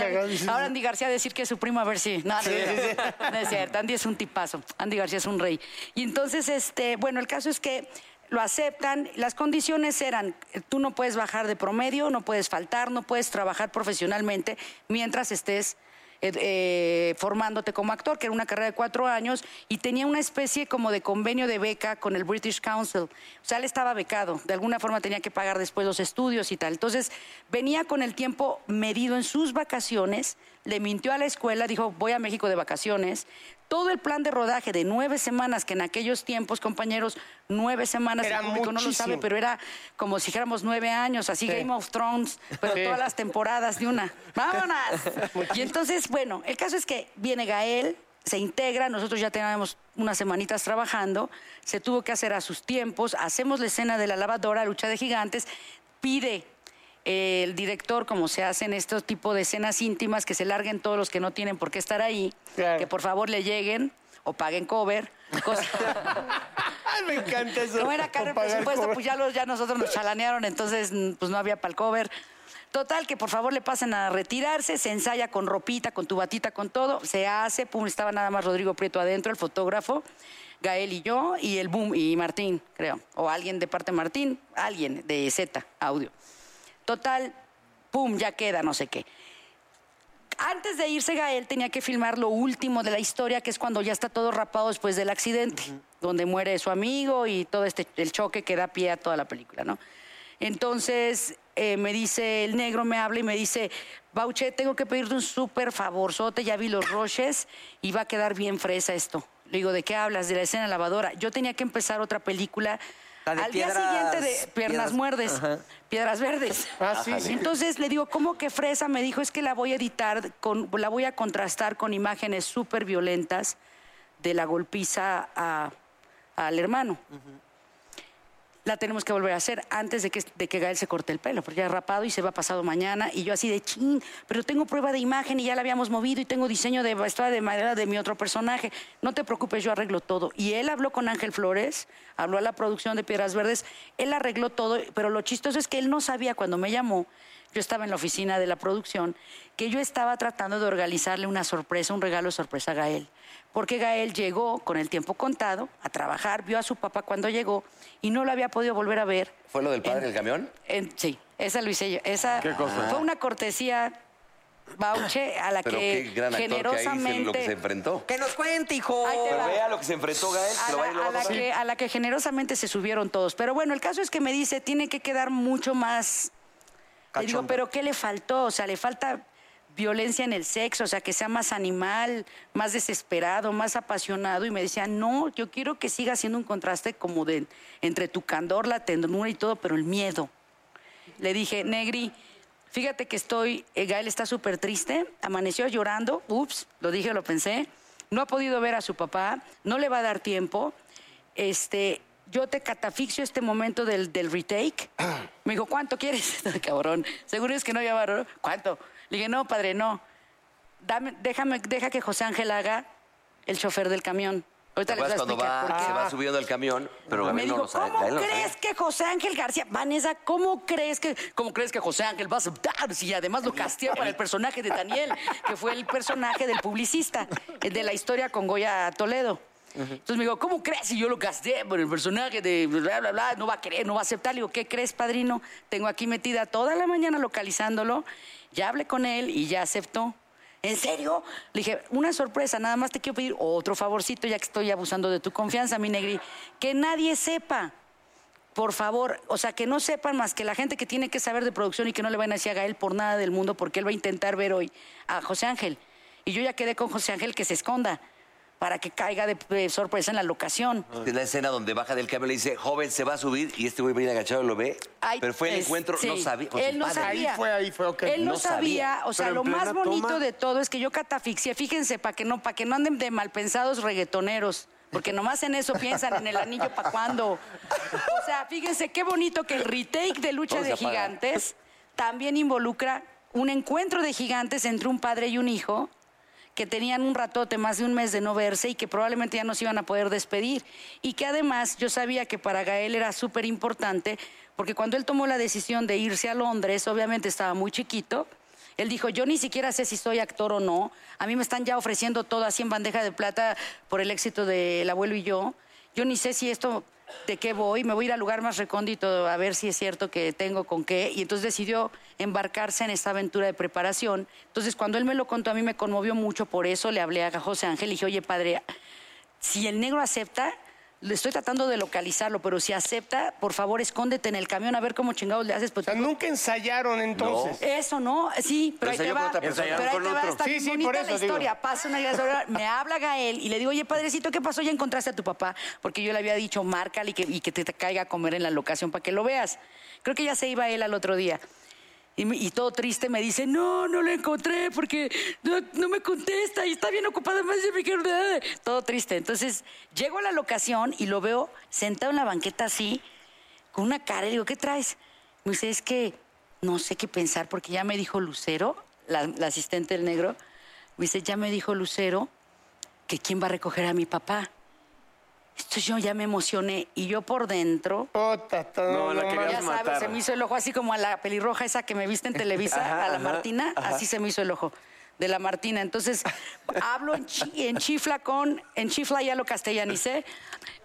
Ahora Andy García decir que es su primo a ver si. No, no,
Sí,
es
sí,
cierto. No es cierto. Andy es un tipazo. Andy García es un rey. Y entonces, este, bueno, el caso es que lo aceptan. Las condiciones eran, eh, tú no puedes bajar de promedio, no puedes faltar, no puedes trabajar profesionalmente mientras estés eh, eh, formándote como actor, que era una carrera de cuatro años, y tenía una especie como de convenio de beca con el British Council. O sea, él estaba becado, de alguna forma tenía que pagar después los estudios y tal. Entonces, venía con el tiempo medido en sus vacaciones, le mintió a la escuela, dijo, voy a México de vacaciones. Todo el plan de rodaje de nueve semanas, que en aquellos tiempos, compañeros, nueve semanas,
Era
el público no lo sabe,
muchísimo.
pero era como si dijéramos nueve años, así
Sí.
Game of Thrones, pero
Sí.
todas las temporadas de una. ¡Vámonos! Y entonces, bueno, el caso es que viene Gael, se integra, nosotros ya teníamos unas semanitas trabajando, se tuvo que hacer a sus tiempos, hacemos la escena de la lavadora, lucha de gigantes, pide eh, el director, como se hacen estos tipo de escenas íntimas, que se larguen todos los que no tienen por qué estar ahí, que por favor le lleguen o paguen cover. cosa-
Me encanta eso.
como era caro el presupuesto, pues ya, los, ya nosotros nos chalanearon, entonces mm, pues no había para el cover. Total, que por favor le pasen a retirarse, se ensaya con ropita, con tu batita, con todo, se hace, pum, estaba nada más Rodrigo Prieto adentro, el fotógrafo, Gael y yo, y el boom, y Martín, creo, o alguien de parte de Martín, alguien de Z, audio. Total, pum, ya queda, no sé qué. Antes de irse Gael tenía que filmar lo último de la historia, que es cuando ya está todo rapado después del accidente, donde muere su amigo y todo este el choque que da pie a toda la película, ¿no? Entonces eh, me dice el negro me habla y me dice Bauche tengo que pedirte un súper favorzote ya vi los roches y va a quedar bien fresa esto le digo de qué hablas de la escena lavadora yo tenía que empezar otra película
La de
al día
Piedras-
siguiente de piernas
Piedras-
muerdes
Ajá.
piedras verdes
Ah, sí, sí.
entonces le digo, ¿cómo que fresa? Me dijo, es que la voy a editar, con, la voy a contrastar con imágenes súper violentas de la golpiza a- al hermano. La tenemos que volver a hacer antes de que, de que Gael se corte el pelo, porque ya es rapado y se va pasado mañana. Y yo así de chin, pero tengo prueba de imagen y ya la habíamos movido y tengo diseño de vestuario de madera de mi otro personaje. No te preocupes, yo arreglo todo. Y él habló con Ángel Flores, habló a la producción de Piedras Verdes, él arregló todo, pero lo chistoso es que él no sabía cuando me llamó, yo estaba en la oficina de la producción, que yo estaba tratando de organizarle una sorpresa, un regalo sorpresa a Gael. Porque Gael llegó con el tiempo contado a trabajar, vio a su papá cuando llegó y no lo había podido volver a ver.
¿Fue lo del padre del camión?
En- sí, esa lo hice yo. Esa
¿Qué cosa?
fue una cortesía, Bauche, a la
Pero
que
qué gran actor que ahí se- lo que se
generosamente...
enfrentó.
Que nos cuente, hijo.
Pero vea lo que se enfrentó Gael, que
A
lo
la,
va y lo va
a
a
la
tomar.
que, a la que generosamente se subieron todos. Pero bueno, el caso es que me dice, tiene que quedar mucho más... Le digo,
Cachondo.
pero ¿qué le faltó? O sea, le falta violencia en el sexo, o sea, que sea más animal, más desesperado, más apasionado. Y me decía, no, yo quiero que siga siendo un contraste como de entre tu candor, la ternura y todo, pero el miedo. Le dije, Negri, fíjate que estoy, eh, Gael está súper triste, amaneció llorando, ups, lo dije, lo pensé, no ha podido ver a su papá, no le va a dar tiempo, este, yo te catafixio este momento del, del retake. Me dijo, ¿cuánto quieres? Cabrón, seguro es que no había varón. ¿Cuánto? Le dije, no, padre, no. Dame, déjame, deja que José Ángel haga el chofer del camión.
¿Te
Ahorita les voy a
acuerdas cuando
explicar. por
va,
qué.
se va subiendo al camión? Pero
Me
Gael no
dijo,
lo sabe.
¿cómo
Gael no lo sabe.
crees que José Ángel García, Vanessa, cómo crees que, cómo crees que José Ángel va a aceptar si además lo castea para el personaje de Daniel, que fue el personaje del publicista eh, de la historia con Goya Toledo? Entonces me dijo, ¿cómo crees si yo lo casté por el personaje de bla, bla, bla? No va a querer, no va a aceptar. Le digo, ¿qué crees, padrino? Tengo aquí metida toda la mañana localizándolo. Ya hablé con él y ya aceptó. ¿En serio? Le dije, una sorpresa, nada más te quiero pedir otro favorcito, ya que estoy abusando de tu confianza, mi negri. Que nadie sepa, por favor, o sea, que no sepan más que la gente que tiene que saber de producción y que no le van a decir a Gael por nada del mundo, porque él va a intentar ver hoy a José Ángel. Y yo ya quedé con José Ángel que se esconda para que caiga de, de sorpresa en la locación.
Es la escena donde baja del camión y le dice, joven, se va a subir, y este güey viene agachado y lo ve.
Ay,
pero fue el
es-
encuentro,
sí.
no sabía. con
Él
su
no
padre.
sabía. Él no, sabía. O sea, lo más bonito de todo es que yo catafixié. Fíjense, para que, no, para que no anden de malpensados reggaetoneros. Porque nomás en eso piensan, en el anillo para cuándo. O sea, fíjense qué bonito que el retake de Lucha
Todo se
de
apaga.
Gigantes también involucra un encuentro de gigantes entre un padre y un hijo que tenían un ratote, más de un mes de no verse y que probablemente ya no se iban a poder despedir. Y que además yo sabía que para Gael era súper importante, porque cuando él tomó la decisión de irse a Londres, obviamente estaba muy chiquito. Él dijo, yo ni siquiera sé si soy actor o no. A mí me están ya ofreciendo todo así en bandeja de plata por el éxito de El abuelo y yo. Yo ni sé si esto, de qué voy, me voy a ir al lugar más recóndito a ver si es cierto que tengo con qué. Y entonces decidió embarcarse en esta aventura de preparación. Entonces cuando él me lo contó, a mí me conmovió mucho por eso. Le hablé a José Ángel y dije, oye padre, si el negro acepta, le estoy tratando de localizarlo, pero si acepta, por favor, escóndete en el camión a ver cómo chingados le haces.
nunca ensayaron entonces.
Eso no, sí, pero, ahí
Ensayó
te
con
va,
otra
pero
persona.
ahí te
Ensayaron con
va,
otro.
está
Sí,
bien
sí, por
bonita
eso
la
digo.
historia. Pasa una gran hora, me habla Gael y le digo, oye, padrecito, ¿qué pasó? ¿Ya encontraste a tu papá? Porque yo le había dicho, márcale y que, y que te, te caiga a comer en la locación para que lo veas. Creo que ya se iba él al otro día. Y, me- y todo triste me dice, no, no lo encontré porque no, no me contesta y está bien ocupada más de mi carrera". Todo triste. Entonces llego a la locación y lo veo sentado en la banqueta así, con una cara. Y digo, ¿qué traes? Me dice, es que no sé qué pensar porque ya me dijo Lucero, la, la asistente del negro. Me dice, ya me dijo Lucero que quién va a recoger a mi papá. Entonces yo ya me emocioné y yo por dentro.
No, la no, querías
ya sabes,
matar.
se me hizo el ojo así como a la pelirroja esa que me viste en Televisa,
Ajá,
a la
ajá,
Martina,
ajá.
así se me hizo el ojo de la Martina. Entonces hablo en, chi- en chifla con, en chifla ya lo castellanicé,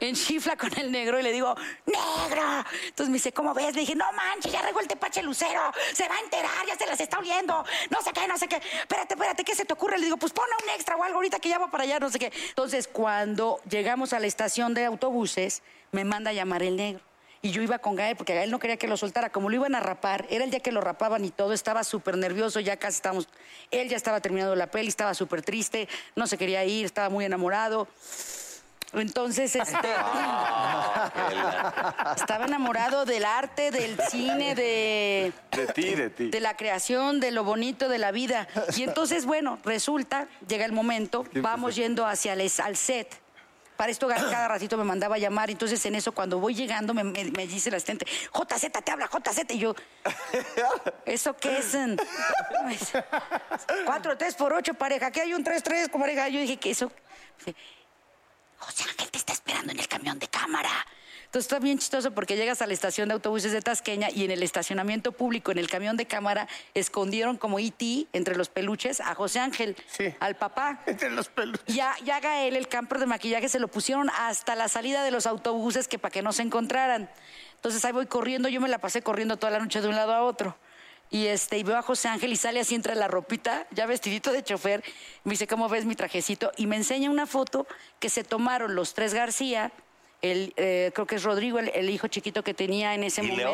en chifla con el negro y le digo, ¡negro! Entonces me dice, ¿cómo ves? Le dije, no manches, ya regó el tepache lucero, se va a enterar, ya se las está oliendo, no sé qué, no sé qué. Espérate, espérate, ¿qué se te ocurre? Le digo, pues pone un extra o algo ahorita que ya va para allá, no sé qué. Entonces cuando llegamos a la estación de autobuses, me manda a llamar el negro. Y yo iba con Gael porque Gael no quería que lo soltara. Como lo iban a rapar, era el día que lo rapaban y todo, estaba súper nervioso, ya casi estábamos... Él ya estaba terminando la peli, estaba súper triste, no se quería ir, estaba muy enamorado. Entonces, este, estaba enamorado del arte, del cine, de,
De ti, de ti.
de la creación, de lo bonito de la vida. Y entonces, bueno, resulta, llega el momento,
pues
vamos yendo hacia el, al set. Para esto Gael cada ratito me mandaba a llamar, entonces en eso cuando voy llegando me, me- me dice la asistente, JZ te habla, JZ, y yo, ¿eso qué es? en? Cuatro, tres por ocho, pareja, aquí hay un tres, tres, pareja. Yo dije que eso... Dice, José Ángel te está esperando en el camión de cámara. Entonces está bien chistoso porque llegas a la estación de autobuses de Tasqueña y en el estacionamiento público, en el camión de cámara, escondieron como IT entre los peluches a José Ángel, al papá. Entre los peluches. Ya, ya Gael, el camper de maquillaje, se lo pusieron hasta la salida de los autobuses que para que no se encontraran. Entonces ahí voy corriendo, yo me la pasé corriendo toda la noche de un lado a otro. Y este, y veo a José Ángel y sale así entre la ropita, ya vestidito de chofer. Me dice, ¿cómo ves mi trajecito? Y me enseña una foto que se tomaron los tres García, el, eh, creo que es Rodrigo, el, el hijo chiquito que tenía en ese
¿Y Leo?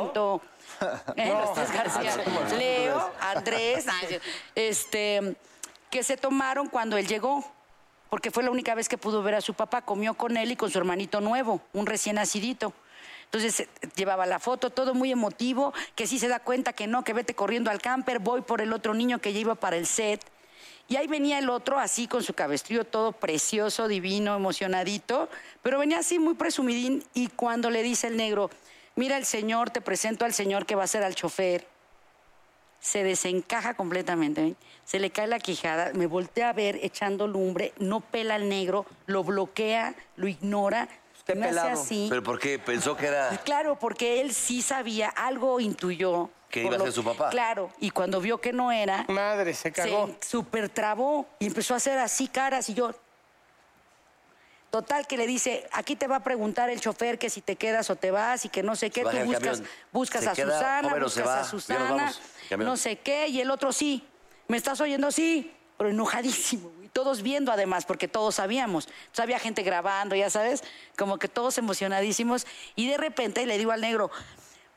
Ah,
momento. Eh, los tres García. Leo, Andrés, ay, este, que se tomaron cuando él llegó, porque fue la única vez que pudo ver a su papá, comió con él y con su hermanito nuevo, un recién nacidito. Entonces eh, llevaba la foto, todo muy emotivo, que sí se da cuenta que no, que vete corriendo al camper, voy por el otro niño que ya iba para el set. Y ahí venía el otro así con su cabestrillo todo precioso, divino, emocionadito, pero venía así muy presumidín y cuando le dice el negro, mira el señor, te presento al señor que va a ser al chofer, se desencaja completamente, ¿eh? se le cae la quijada, me voltea a ver echando lumbre, no pela al negro, lo bloquea, lo ignora, me hace así.
¿Pero por qué? Pensó que era...
Claro, porque él sí sabía, algo intuyó.
Que
por
iba a ser su papá.
Claro, y cuando vio que no era...
Madre, se cagó.
Se super trabó y empezó a hacer así caras y yo... Total, que le dice, aquí te va a preguntar el chofer que si te quedas o te vas y que no sé qué,
Se baja
tú
el
buscas,
camión.
buscas
Se
a
queda,
Susana,
Homero, se
buscas a
va. Ya nos
Susana,
vamos. Camión.
no sé qué, y el otro sí. ¿Me estás oyendo? Sí, pero enojadísimo. güey. Todos viendo además, porque todos sabíamos. Entonces, había gente grabando, ya sabes, como que todos emocionadísimos. Y de repente le digo al negro,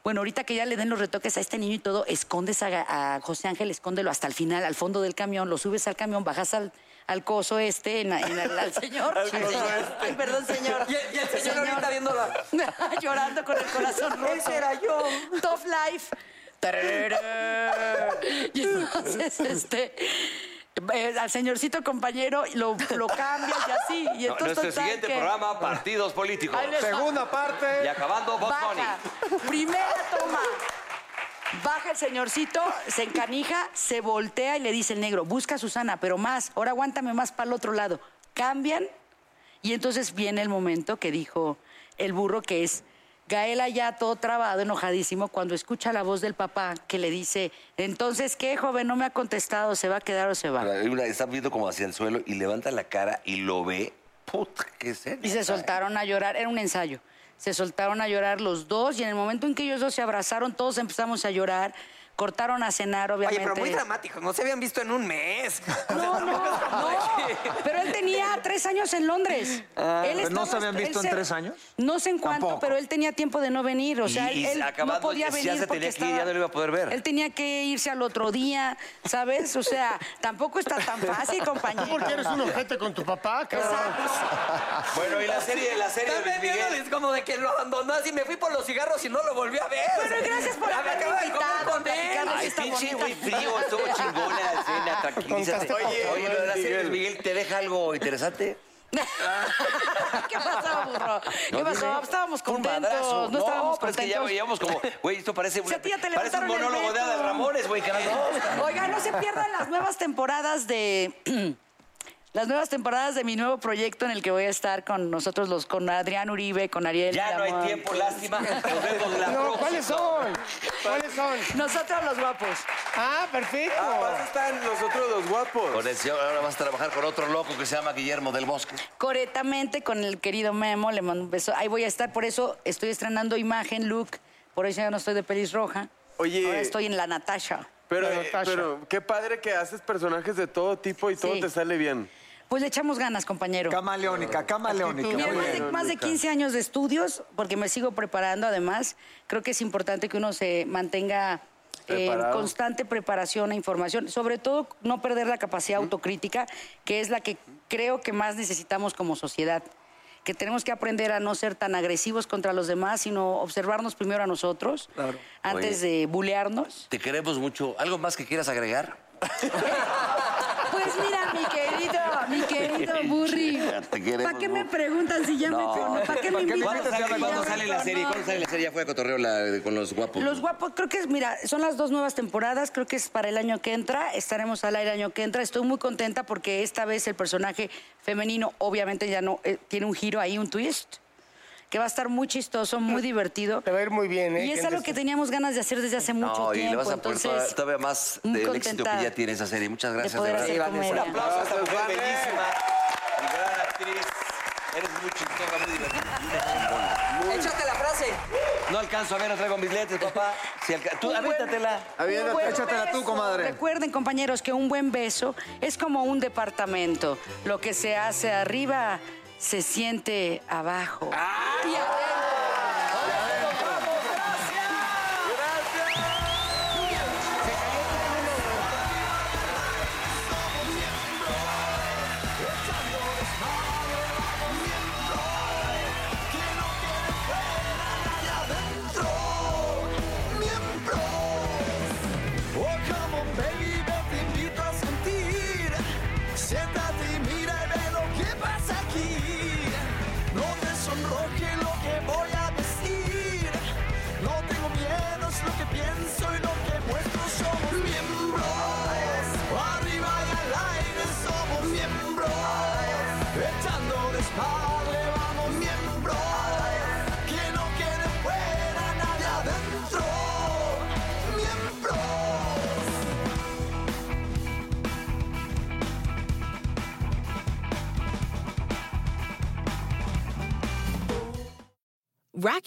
bueno, ahorita que ya le den los retoques a este niño y todo, escondes a, Ga- a José Ángel, escóndelo hasta el final, al fondo del camión, lo subes al camión, bajas al, al coso este, en la- en la- al señor.
Al coso este.
Ay, perdón, señor.
Y- y el señor ahorita viéndola.
Llorando con el corazón roto.
Ese era yo.
Top life. Tarara. Y entonces, este. eh, al señorcito compañero lo, lo cambias y así. Y
No,
entonces,
nuestro
total
siguiente
que-
programa, partidos políticos.
Ahí les va. Segunda
parte. Y acabando, Bob
Baja.
Bunny.
Primera toma. Baja el señorcito, se encanija, se voltea y le dice el negro, busca a Susana, pero más, ahora aguántame más para el otro lado. Cambian y entonces viene el momento que dijo el burro, que es Gaela ya todo trabado, enojadísimo, cuando escucha la voz del papá que le dice, entonces, ¿qué, joven? No me ha contestado, ¿se va a quedar o se va?
Hay una- Está viendo como hacia el suelo y levanta la cara y lo ve. Puta, qué serio.
Y se soltaron a llorar, era un ensayo. Se soltaron a llorar los dos y en el momento en que ellos dos se abrazaron, todos empezamos a llorar, cortaron a cenar,
Oye,
obviamente.
pero muy dramáticos, no se habían visto en un mes. No,
Pero él tenía tres años en Londres.
Ah,
Él
¿pero no
estaba-
se habían
él
visto en tres años?
No sé en cuánto,
Tampoco.
pero él tenía tiempo de no venir. O sea,
Y- y
él, él
acabando,
no podía
ya se
venir
tenía
porque
que ir, ya
estaba-
no lo iba a poder ver.
Él tenía que irse al otro día, ¿sabes? O sea, tampoco está tan fácil, compañero.
Porque eres un ojete con tu papá, cabrón.
Bueno, y la serie, la serie de Luis
También
Miguel.
es como de que lo abandonó así, me fui por los cigarros y no lo volví a ver.
Bueno, y gracias por
Me
haberme
acabo de comer
invitado,
con él.
platicarnos
Ay,
esta
pinche
bonita-
güey frío, estuvo chingona la escena, tranquilízate.
Contaste
Oye,
poco.
oye, lo de la serie de Luis Miguel, ¿te deja algo interesante?
¿Qué pasó, burro? ¿Qué
No,
pasó?
dime.
Estábamos
Fue un
contentos.
madrazo.
No estábamos
pero es que ya
contentos.
veíamos como, güey, esto parece,
Si a ti ya te
parece un
levantaron el
monólogo de
metro.
Adal Ramones, güey, Canal dos.
Oiga, no se pierdan las nuevas temporadas de. Las nuevas temporadas de mi nuevo proyecto en el que voy a estar con nosotros, los con Adrián Uribe, con Ariel.
Ya no hay
Lamont.
tiempo, lástima. Nos vemos la
No,
próxima.
¿cuáles son? ¿Cuáles son?
Nosotros los guapos.
Ah, perfecto.
pues están los otros dos guapos.
Con el señor, ahora vas a trabajar con otro loco que se llama Guillermo del Bosque.
Correctamente con el querido Memo, le mando un beso. Ahí voy a estar, por eso estoy estrenando imagen, look. Por eso ya no estoy de pelis roja.
Oye.
Ahora estoy en la Natasha.
Pero,
La
eh, pero qué padre que haces personajes de todo tipo y todo
Sí.
te sale bien.
Pues le echamos ganas, compañero.
Camaleónica, camaleónica.
Mira,
muy
más de,
bien.
más de 15 años de estudios, porque me sigo preparando además. Creo que es importante que uno se mantenga eh, en
Preparado.
constante preparación e información. Sobre todo, no perder la capacidad autocrítica, que es la que creo que más necesitamos como sociedad. Que tenemos que aprender a no ser tan agresivos contra los demás, sino observarnos primero a nosotros antes
Oye.
de bulearnos.
Te queremos mucho. ¿Algo más que quieras agregar?
Pues mira, mi querido, mi querido Burri.
Te queremos
¿Para qué me preguntan si ya me conocen? ¿Para qué me invitan?
¿Cuándo
si ya
sale,
me
cuándo sale la serie?
conocen?
¿Cuándo sale la serie? Ya fue a cotorreo la- con los guapos.
Los guapos, creo que es, mira, son las dos nuevas temporadas, creo que es para el año que entra, estaremos al aire el año que entra. Estoy muy contenta porque esta vez el personaje femenino, obviamente ya no, eh, tiene un giro ahí, un twist, que va a estar muy chistoso, muy divertido. Te
va a ir muy bien, ¿eh?
Y es algo que teníamos ganas de hacer desde hace mucho
no,
tiempo.
y le vas a poner
entonces,
toda- todavía más
muy
del éxito
contenta
que ya tiene esa serie. Muchas gracias.
poder
verdad.
hacer Sí, Vanessa. comedia.
Un aplauso a esta mujer bellísima. Y gran actriz. Eres muy chistosa, muy divertida. una chingona. Muy-
Échate la frase.
No alcanzo a ver, no traigo mis lentes, papá. Si alca- Tú,
Un buen-
aviéntatela.
un buen beso. Recuerden, compañeros, que un buen beso es como un departamento. Lo que se hace arriba se siente abajo. Y
Oh, come on, baby, yo te invito a sentir. Siéntate y mira y ve lo que pasa aquí. No te sonroje lo que voy a decir. No tengo miedo, es lo que pienso y lo que muestro. Somos miembros. Arriba y al aire somos miembros. Echando desmadre vamos miembros. Que no quede fuera nadie adentro. Miembros.
Rack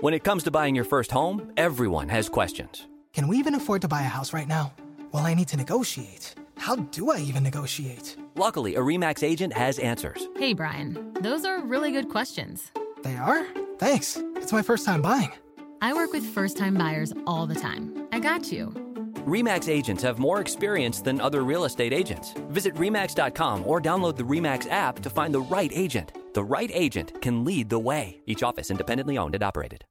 When it comes to buying your first home, everyone has questions.
Can we even afford to buy a house right now? Well, I need to negotiate. How do I even negotiate?
Luckily, a REMAX agent has answers.
Hey, Brian, those are really good questions.
They are? Thanks. It's my first time buying.
I work with first time buyers all the time. I got you.
REMAX agents have more experience than other real estate agents. Visit REMAX.com or download the REMAX app to find the right agent. The right agent can lead the way. Each office independently owned and operated.